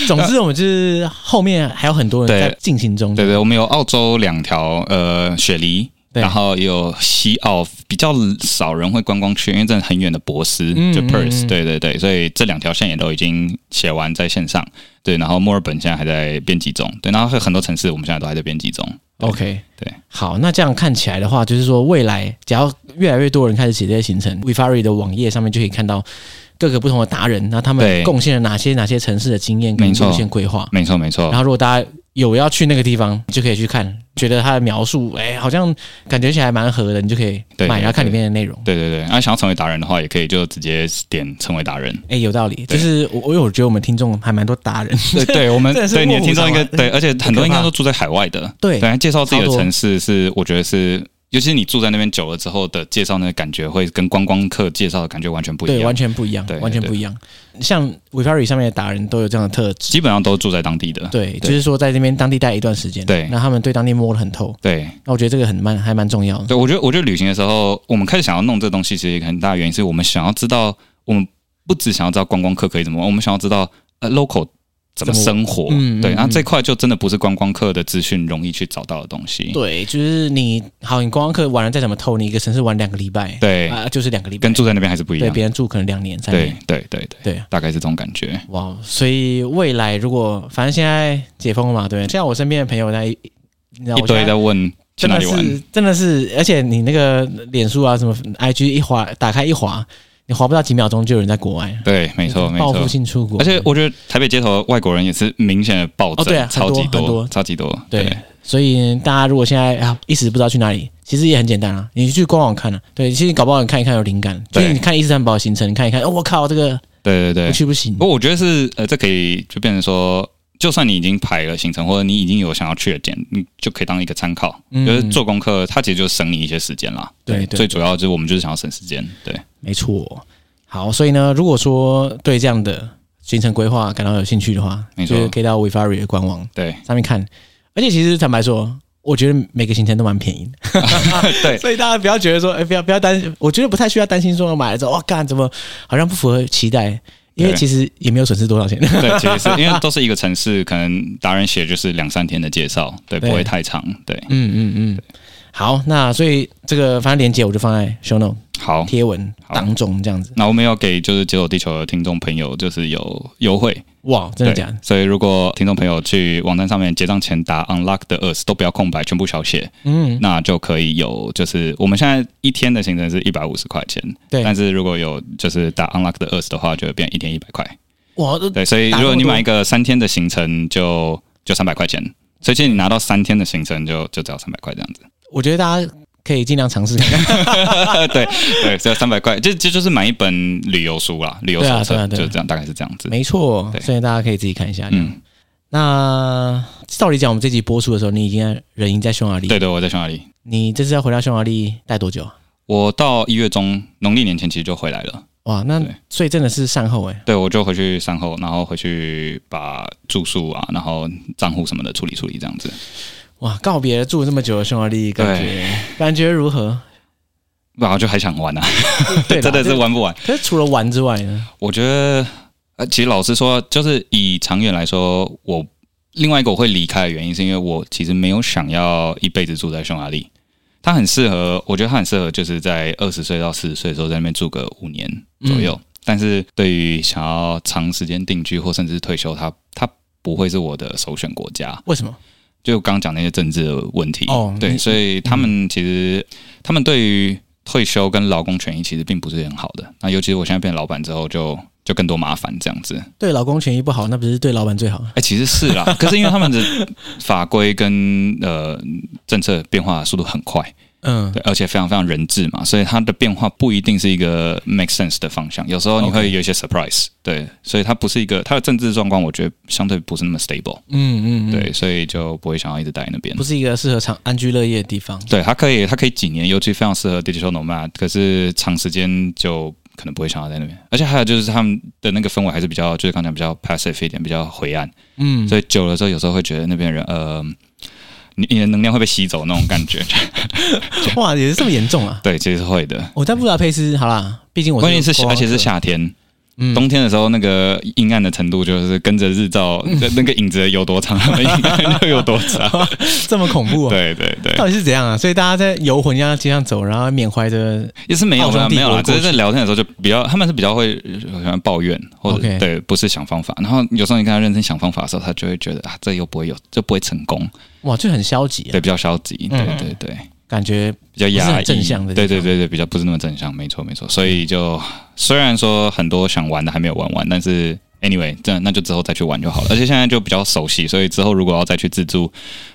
Speaker 1: 总之，我们就是后面还有很多人
Speaker 2: 对
Speaker 1: 在进行中。
Speaker 2: 对对，我们有澳洲两条，呃，雪梨，
Speaker 1: 对
Speaker 2: 然后也有西澳，比较少人会观光去，因为真的很远的博斯，
Speaker 1: 嗯
Speaker 2: 就
Speaker 1: 嗯
Speaker 2: Perth，、
Speaker 1: 嗯
Speaker 2: 对对对，所以这两条线也都已经写完在线上，对，然后墨尔本现在还在编辑中，对，然后很多城市我们现在都还在编辑中，
Speaker 1: OK，
Speaker 2: 对，
Speaker 1: 好，那这样看起来的话，就是说未来只要越来越多人开始写这些行程 w i f a r i 的网页上面就可以看到各个不同的达人，那他们
Speaker 2: 对
Speaker 1: 贡献了哪些哪些城市的经验跟
Speaker 2: 没错
Speaker 1: 路线规划。
Speaker 2: 没错没错
Speaker 1: 然，后如果大家有要去那个地方，就可以去看，觉得他的描述，哎、好像感觉起来蛮合的，你就可以
Speaker 2: 对
Speaker 1: 买，
Speaker 2: 对
Speaker 1: 然后看里
Speaker 2: 对
Speaker 1: 面的内容。
Speaker 2: 对对对。那、想要成为达人的话，也可以就直接点成为达人。
Speaker 1: 哎、有道理。就
Speaker 2: 对
Speaker 1: 是我，我有觉得我们听众还蛮多达人，
Speaker 2: 对，对我 们
Speaker 1: 真的是
Speaker 2: 对你的
Speaker 1: 卧虎
Speaker 2: 听众应该
Speaker 1: 藏
Speaker 2: 对，而且很多应该
Speaker 1: 可怕
Speaker 2: 都住在海外的。
Speaker 1: 对
Speaker 2: 对，介绍自己的
Speaker 1: 超多
Speaker 2: 城市是，我觉得是，尤其是你住在那边久了之后的介绍，那个感觉会跟观光客介绍的感觉完全不一
Speaker 1: 对，
Speaker 2: 样
Speaker 1: 完。全不一样
Speaker 2: 对，
Speaker 1: 完全
Speaker 2: 对
Speaker 1: 不一样。像 w i f a r i 上面的达人都有这样的特质，
Speaker 2: 基本上都住在当地的。
Speaker 1: 对，
Speaker 2: 啊
Speaker 1: 就
Speaker 2: 对
Speaker 1: 是说在这边当地待一段时间，
Speaker 2: 对
Speaker 1: 那他们对当地摸得很透，
Speaker 2: 对
Speaker 1: 那我觉得这个很蛮还蛮重要的。
Speaker 2: 对，我觉得我觉得旅行的时候，我们开始想要弄这东西，其实一个很大的原因是我们想要知道，我们不只想要知道观光客可以怎么玩，我们想要知道呃 local 怎
Speaker 1: 怎么
Speaker 2: 么生活。
Speaker 1: 嗯嗯
Speaker 2: 对，那、
Speaker 1: 嗯
Speaker 2: 这块就真的不是观光客的资讯容易去找到的东西。
Speaker 1: 对，就是你好，你观光客玩了再怎么透，你一个城市玩两个礼拜，
Speaker 2: 对
Speaker 1: 啊、就是两个礼拜，
Speaker 2: 跟住在那边还是不一
Speaker 1: 对
Speaker 2: 样。
Speaker 1: 别人住可能两年三
Speaker 2: 对
Speaker 1: 年，
Speaker 2: 对对
Speaker 1: 对
Speaker 2: 对，
Speaker 1: 啊。
Speaker 2: 大概是这种感觉。
Speaker 1: 哇，所以未来如果反正现在解封了嘛，对，像我身边的朋友在，你知道
Speaker 2: 一
Speaker 1: 我
Speaker 2: 堆
Speaker 1: 现在
Speaker 2: 在问去
Speaker 1: 真
Speaker 2: 哪
Speaker 1: 的
Speaker 2: 里玩，
Speaker 1: 是真的是，而且你那个脸书啊什么 IG 一滑打开一滑，你滑不到几秒钟就有人在国外，
Speaker 2: 对，没错没
Speaker 1: 嗯报复
Speaker 2: 错。
Speaker 1: 性出国，
Speaker 2: 而且我觉得台北街头外国人也是明显的暴增，
Speaker 1: 哦对啊
Speaker 2: 超级
Speaker 1: 很多很多
Speaker 2: 超级多。
Speaker 1: 对，所以大家如果现在啊一时不知道去哪里，其实也很简单啊，你去官网看啊，对，其实搞不好你看一看有灵感，就
Speaker 2: 对
Speaker 1: 是你看伊斯坦堡行程，你看一看，哦，我靠，这个
Speaker 2: 对对对
Speaker 1: 不。去不行
Speaker 2: 不，过我觉得是呃，这可以就变成说，就算你已经排了行程，或者你已经有想要去的点，你就可以当一个参考。
Speaker 1: 嗯
Speaker 2: 就是做功课，它其实就省你一些时间啦。
Speaker 1: 对对
Speaker 2: 最主要就是我们就是想要省时间。对，
Speaker 1: 没错。好，所以呢，如果说对这样的行程规划感到有兴趣的话，
Speaker 2: 没
Speaker 1: 就
Speaker 2: 错
Speaker 1: 是可以到 Wifari 的官网
Speaker 2: 对，
Speaker 1: 上面看。而且其实坦白说，我觉得每个行程都蛮便宜的，
Speaker 2: 对
Speaker 1: 所以大家不要觉得说，哎、不要不要担心，我觉得不太需要担心说买了之后，哇，干怎么好像不符合期待，因为
Speaker 2: 对
Speaker 1: 其实也没有损失多 少钱。
Speaker 2: 对，其实 是因为都是一个城市，可能达人写就是两三天的介绍，对，
Speaker 1: 对
Speaker 2: 不会太长。对，
Speaker 1: 嗯嗯嗯，好，那所以这个反正链接我就放在 show note
Speaker 2: 好。
Speaker 1: 贴文
Speaker 2: 好
Speaker 1: 当中这样子。
Speaker 2: 那我们要给就是解锁地球的听众朋友，就是有优惠，
Speaker 1: 哇，真的
Speaker 2: 对，
Speaker 1: 假的？
Speaker 2: 所以如果听众朋友去网站上面结账前打 unlock 的 earth 都不要空白，全部小写，
Speaker 1: 嗯，
Speaker 2: 那就可以有就是我们现在一天的行程是一百五十块钱，
Speaker 1: 对
Speaker 2: 但是如果有就是打 unlock 的 earth 的话，就会变一天一百块。
Speaker 1: 哇，这
Speaker 2: 对，所以
Speaker 1: 打那
Speaker 2: 如
Speaker 1: 么
Speaker 2: 果你
Speaker 1: 多
Speaker 2: 买一个三天的行程就就三百块钱。所以其实你拿到三天的行程就就只要三百块这 样子，
Speaker 1: 我觉得大家可以尽量 尝试看看。
Speaker 2: 对对，只要三百块，这这就是买一本旅游书啦，旅游手
Speaker 1: 对啊对啊
Speaker 2: 册，
Speaker 1: 对啊
Speaker 2: 就这样，大概是这样子。
Speaker 1: 没错，
Speaker 2: 对
Speaker 1: 所以大家可以自己看一下。
Speaker 2: 嗯，
Speaker 1: 那照理讲，我们这集播出的时候，你已经在人已经在匈牙利。
Speaker 2: 对，对，我在匈牙利，
Speaker 1: 你这次要回到匈牙利待多久啊？
Speaker 2: 我到一月中农历年前其实就回来了。
Speaker 1: 哇，那
Speaker 2: 对
Speaker 1: 所以真的是善后哎、
Speaker 2: 对，我就回去善后，然后回去把住宿啊，然后账户什么的处理处理这样子。
Speaker 1: 哇，告别了住这么久的匈牙利，感觉感觉如 何？
Speaker 2: 然后就还想玩啊，
Speaker 1: 对啦，
Speaker 2: 真的是
Speaker 1: 就。
Speaker 2: 玩不完。
Speaker 1: 可是除了玩之外呢？
Speaker 2: 我觉得，呃，其实老实说，就是以长远来说，我呃另外一个我会离开的原因，是因为我其实没有想要一辈子住在匈牙利。它很适合，我觉得它很适合，就是在二十岁到四十岁的时候在那边住个五年
Speaker 1: 嗯
Speaker 2: 左右。但是对于想要长时间定居或甚至是退休，它它不会是我的首选国家。
Speaker 1: 为什么？
Speaker 2: 就刚刚讲那些政治的问题，
Speaker 1: 哦你
Speaker 2: 对，所以他们其实、他们对于退休跟劳工权益其实并不是很好的。那尤其是我现在变老板之后就，就更多麻烦这样子。
Speaker 1: 对老公权益不好，那不是对老板最好？
Speaker 2: 哎、其实是 啦，可是因为他们的法规跟呃政策变化的速度很快，
Speaker 1: 嗯，
Speaker 2: 对，而且非常非常人质嘛，所以它的变化不一定是一个 make sense 的方向，有时候你
Speaker 1: OK
Speaker 2: 会有一些 surprise，对，所以它不是一个它的政治状况，我觉得相对不是那么 stable，
Speaker 1: 嗯嗯，嗯，
Speaker 2: 对，所以就不会想要一直待在那边
Speaker 1: 不。是一个适合长安居乐业的地方。
Speaker 2: 对，它可以，它可以几年，尤其非常适合 digital nomad，可是长时间就可能不会想要在那边。而且还有就是他们的那个氛围还是比较，就是刚才比较 passive 一点，比较灰暗，
Speaker 1: 嗯，
Speaker 2: 所以久了之后有时候会觉得那边人，呃，你你的能量会被吸走那种感 觉。
Speaker 1: 哇，也是这么严重啊！
Speaker 2: 对，其实是会的。
Speaker 1: 我在布达佩斯，好啦，毕竟我
Speaker 2: 关键是夏
Speaker 1: 观光
Speaker 2: 而且是
Speaker 1: 客
Speaker 2: 夏天，
Speaker 1: 嗯
Speaker 2: 冬天的时候那个阴暗的程度就是跟着日照，那个影子有多 长，他们阴暗就有多长。
Speaker 1: 这么恐怖啊！
Speaker 2: 对对对，
Speaker 1: 到底是怎样啊？所以大家在游魂一样在街上走，然后缅怀着，
Speaker 2: 也是没有
Speaker 1: 奥
Speaker 2: 啦，
Speaker 1: 匈帝
Speaker 2: 没
Speaker 1: 国
Speaker 2: 有啦，只
Speaker 1: 过去
Speaker 2: 是在聊天的时候就比较，他们是比较会呃喜欢抱怨，或者
Speaker 1: OK
Speaker 2: 对，不是想方法。然后有时候你跟他认真想方法的时候，他就会觉得啊，这又不会有，这不会成功，
Speaker 1: 哇，就很消极、啊。
Speaker 2: 对，比较消极，对
Speaker 1: 嗯
Speaker 2: 对对。
Speaker 1: 感觉
Speaker 2: 比较
Speaker 1: 不是
Speaker 2: 压抑，
Speaker 1: 很正向的地
Speaker 2: 对
Speaker 1: 方
Speaker 2: 对对对，比较不是那么正向，没错没错。所以就虽然说很多想玩的还没有玩完，但是 anyway，这那就之后再去玩就好了。而且现在就比较熟悉，所以之后如果要再去自助，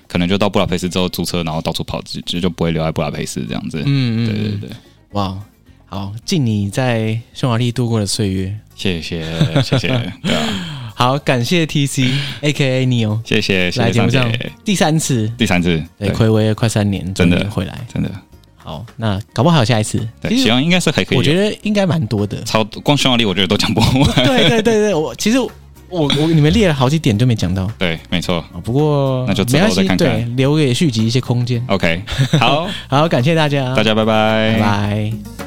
Speaker 2: 可能就到布达佩斯之后租车，然后到处跑，就就就不会留在布达佩斯这样子。
Speaker 1: 嗯
Speaker 2: 对对对，
Speaker 1: 哇，好，敬你在匈牙利度过的岁月。
Speaker 2: 谢谢 谢谢，对啊，
Speaker 1: 好，感谢 TC A K A 你哦，
Speaker 2: 谢谢谢
Speaker 1: 来
Speaker 2: 谢
Speaker 1: 节目
Speaker 2: 张
Speaker 1: 上
Speaker 2: 姐，
Speaker 1: 第三次，
Speaker 2: 第三次，
Speaker 1: 对，
Speaker 2: 对，
Speaker 1: 暌违了快三年，
Speaker 2: 真的
Speaker 1: 终于回来。
Speaker 2: 真的，
Speaker 1: 好，那搞不好还有下一次。
Speaker 2: 对，
Speaker 1: 其
Speaker 2: 希
Speaker 1: 实
Speaker 2: 望应该是还可以
Speaker 1: 我
Speaker 2: 有。。
Speaker 1: 觉得应该蛮多的
Speaker 2: 超多光匈牙利，我觉得都讲不完。
Speaker 1: 对对对对，我其实我我你们列了好几点就没讲到
Speaker 2: 对，没错。
Speaker 1: 啊，不过
Speaker 2: 那就之
Speaker 1: 没
Speaker 2: 后
Speaker 1: 关系，
Speaker 2: 再看看
Speaker 1: 对，留给续集一些空间。
Speaker 2: OK，好，
Speaker 1: 好，感谢大家，
Speaker 2: 大家拜拜
Speaker 1: 拜拜。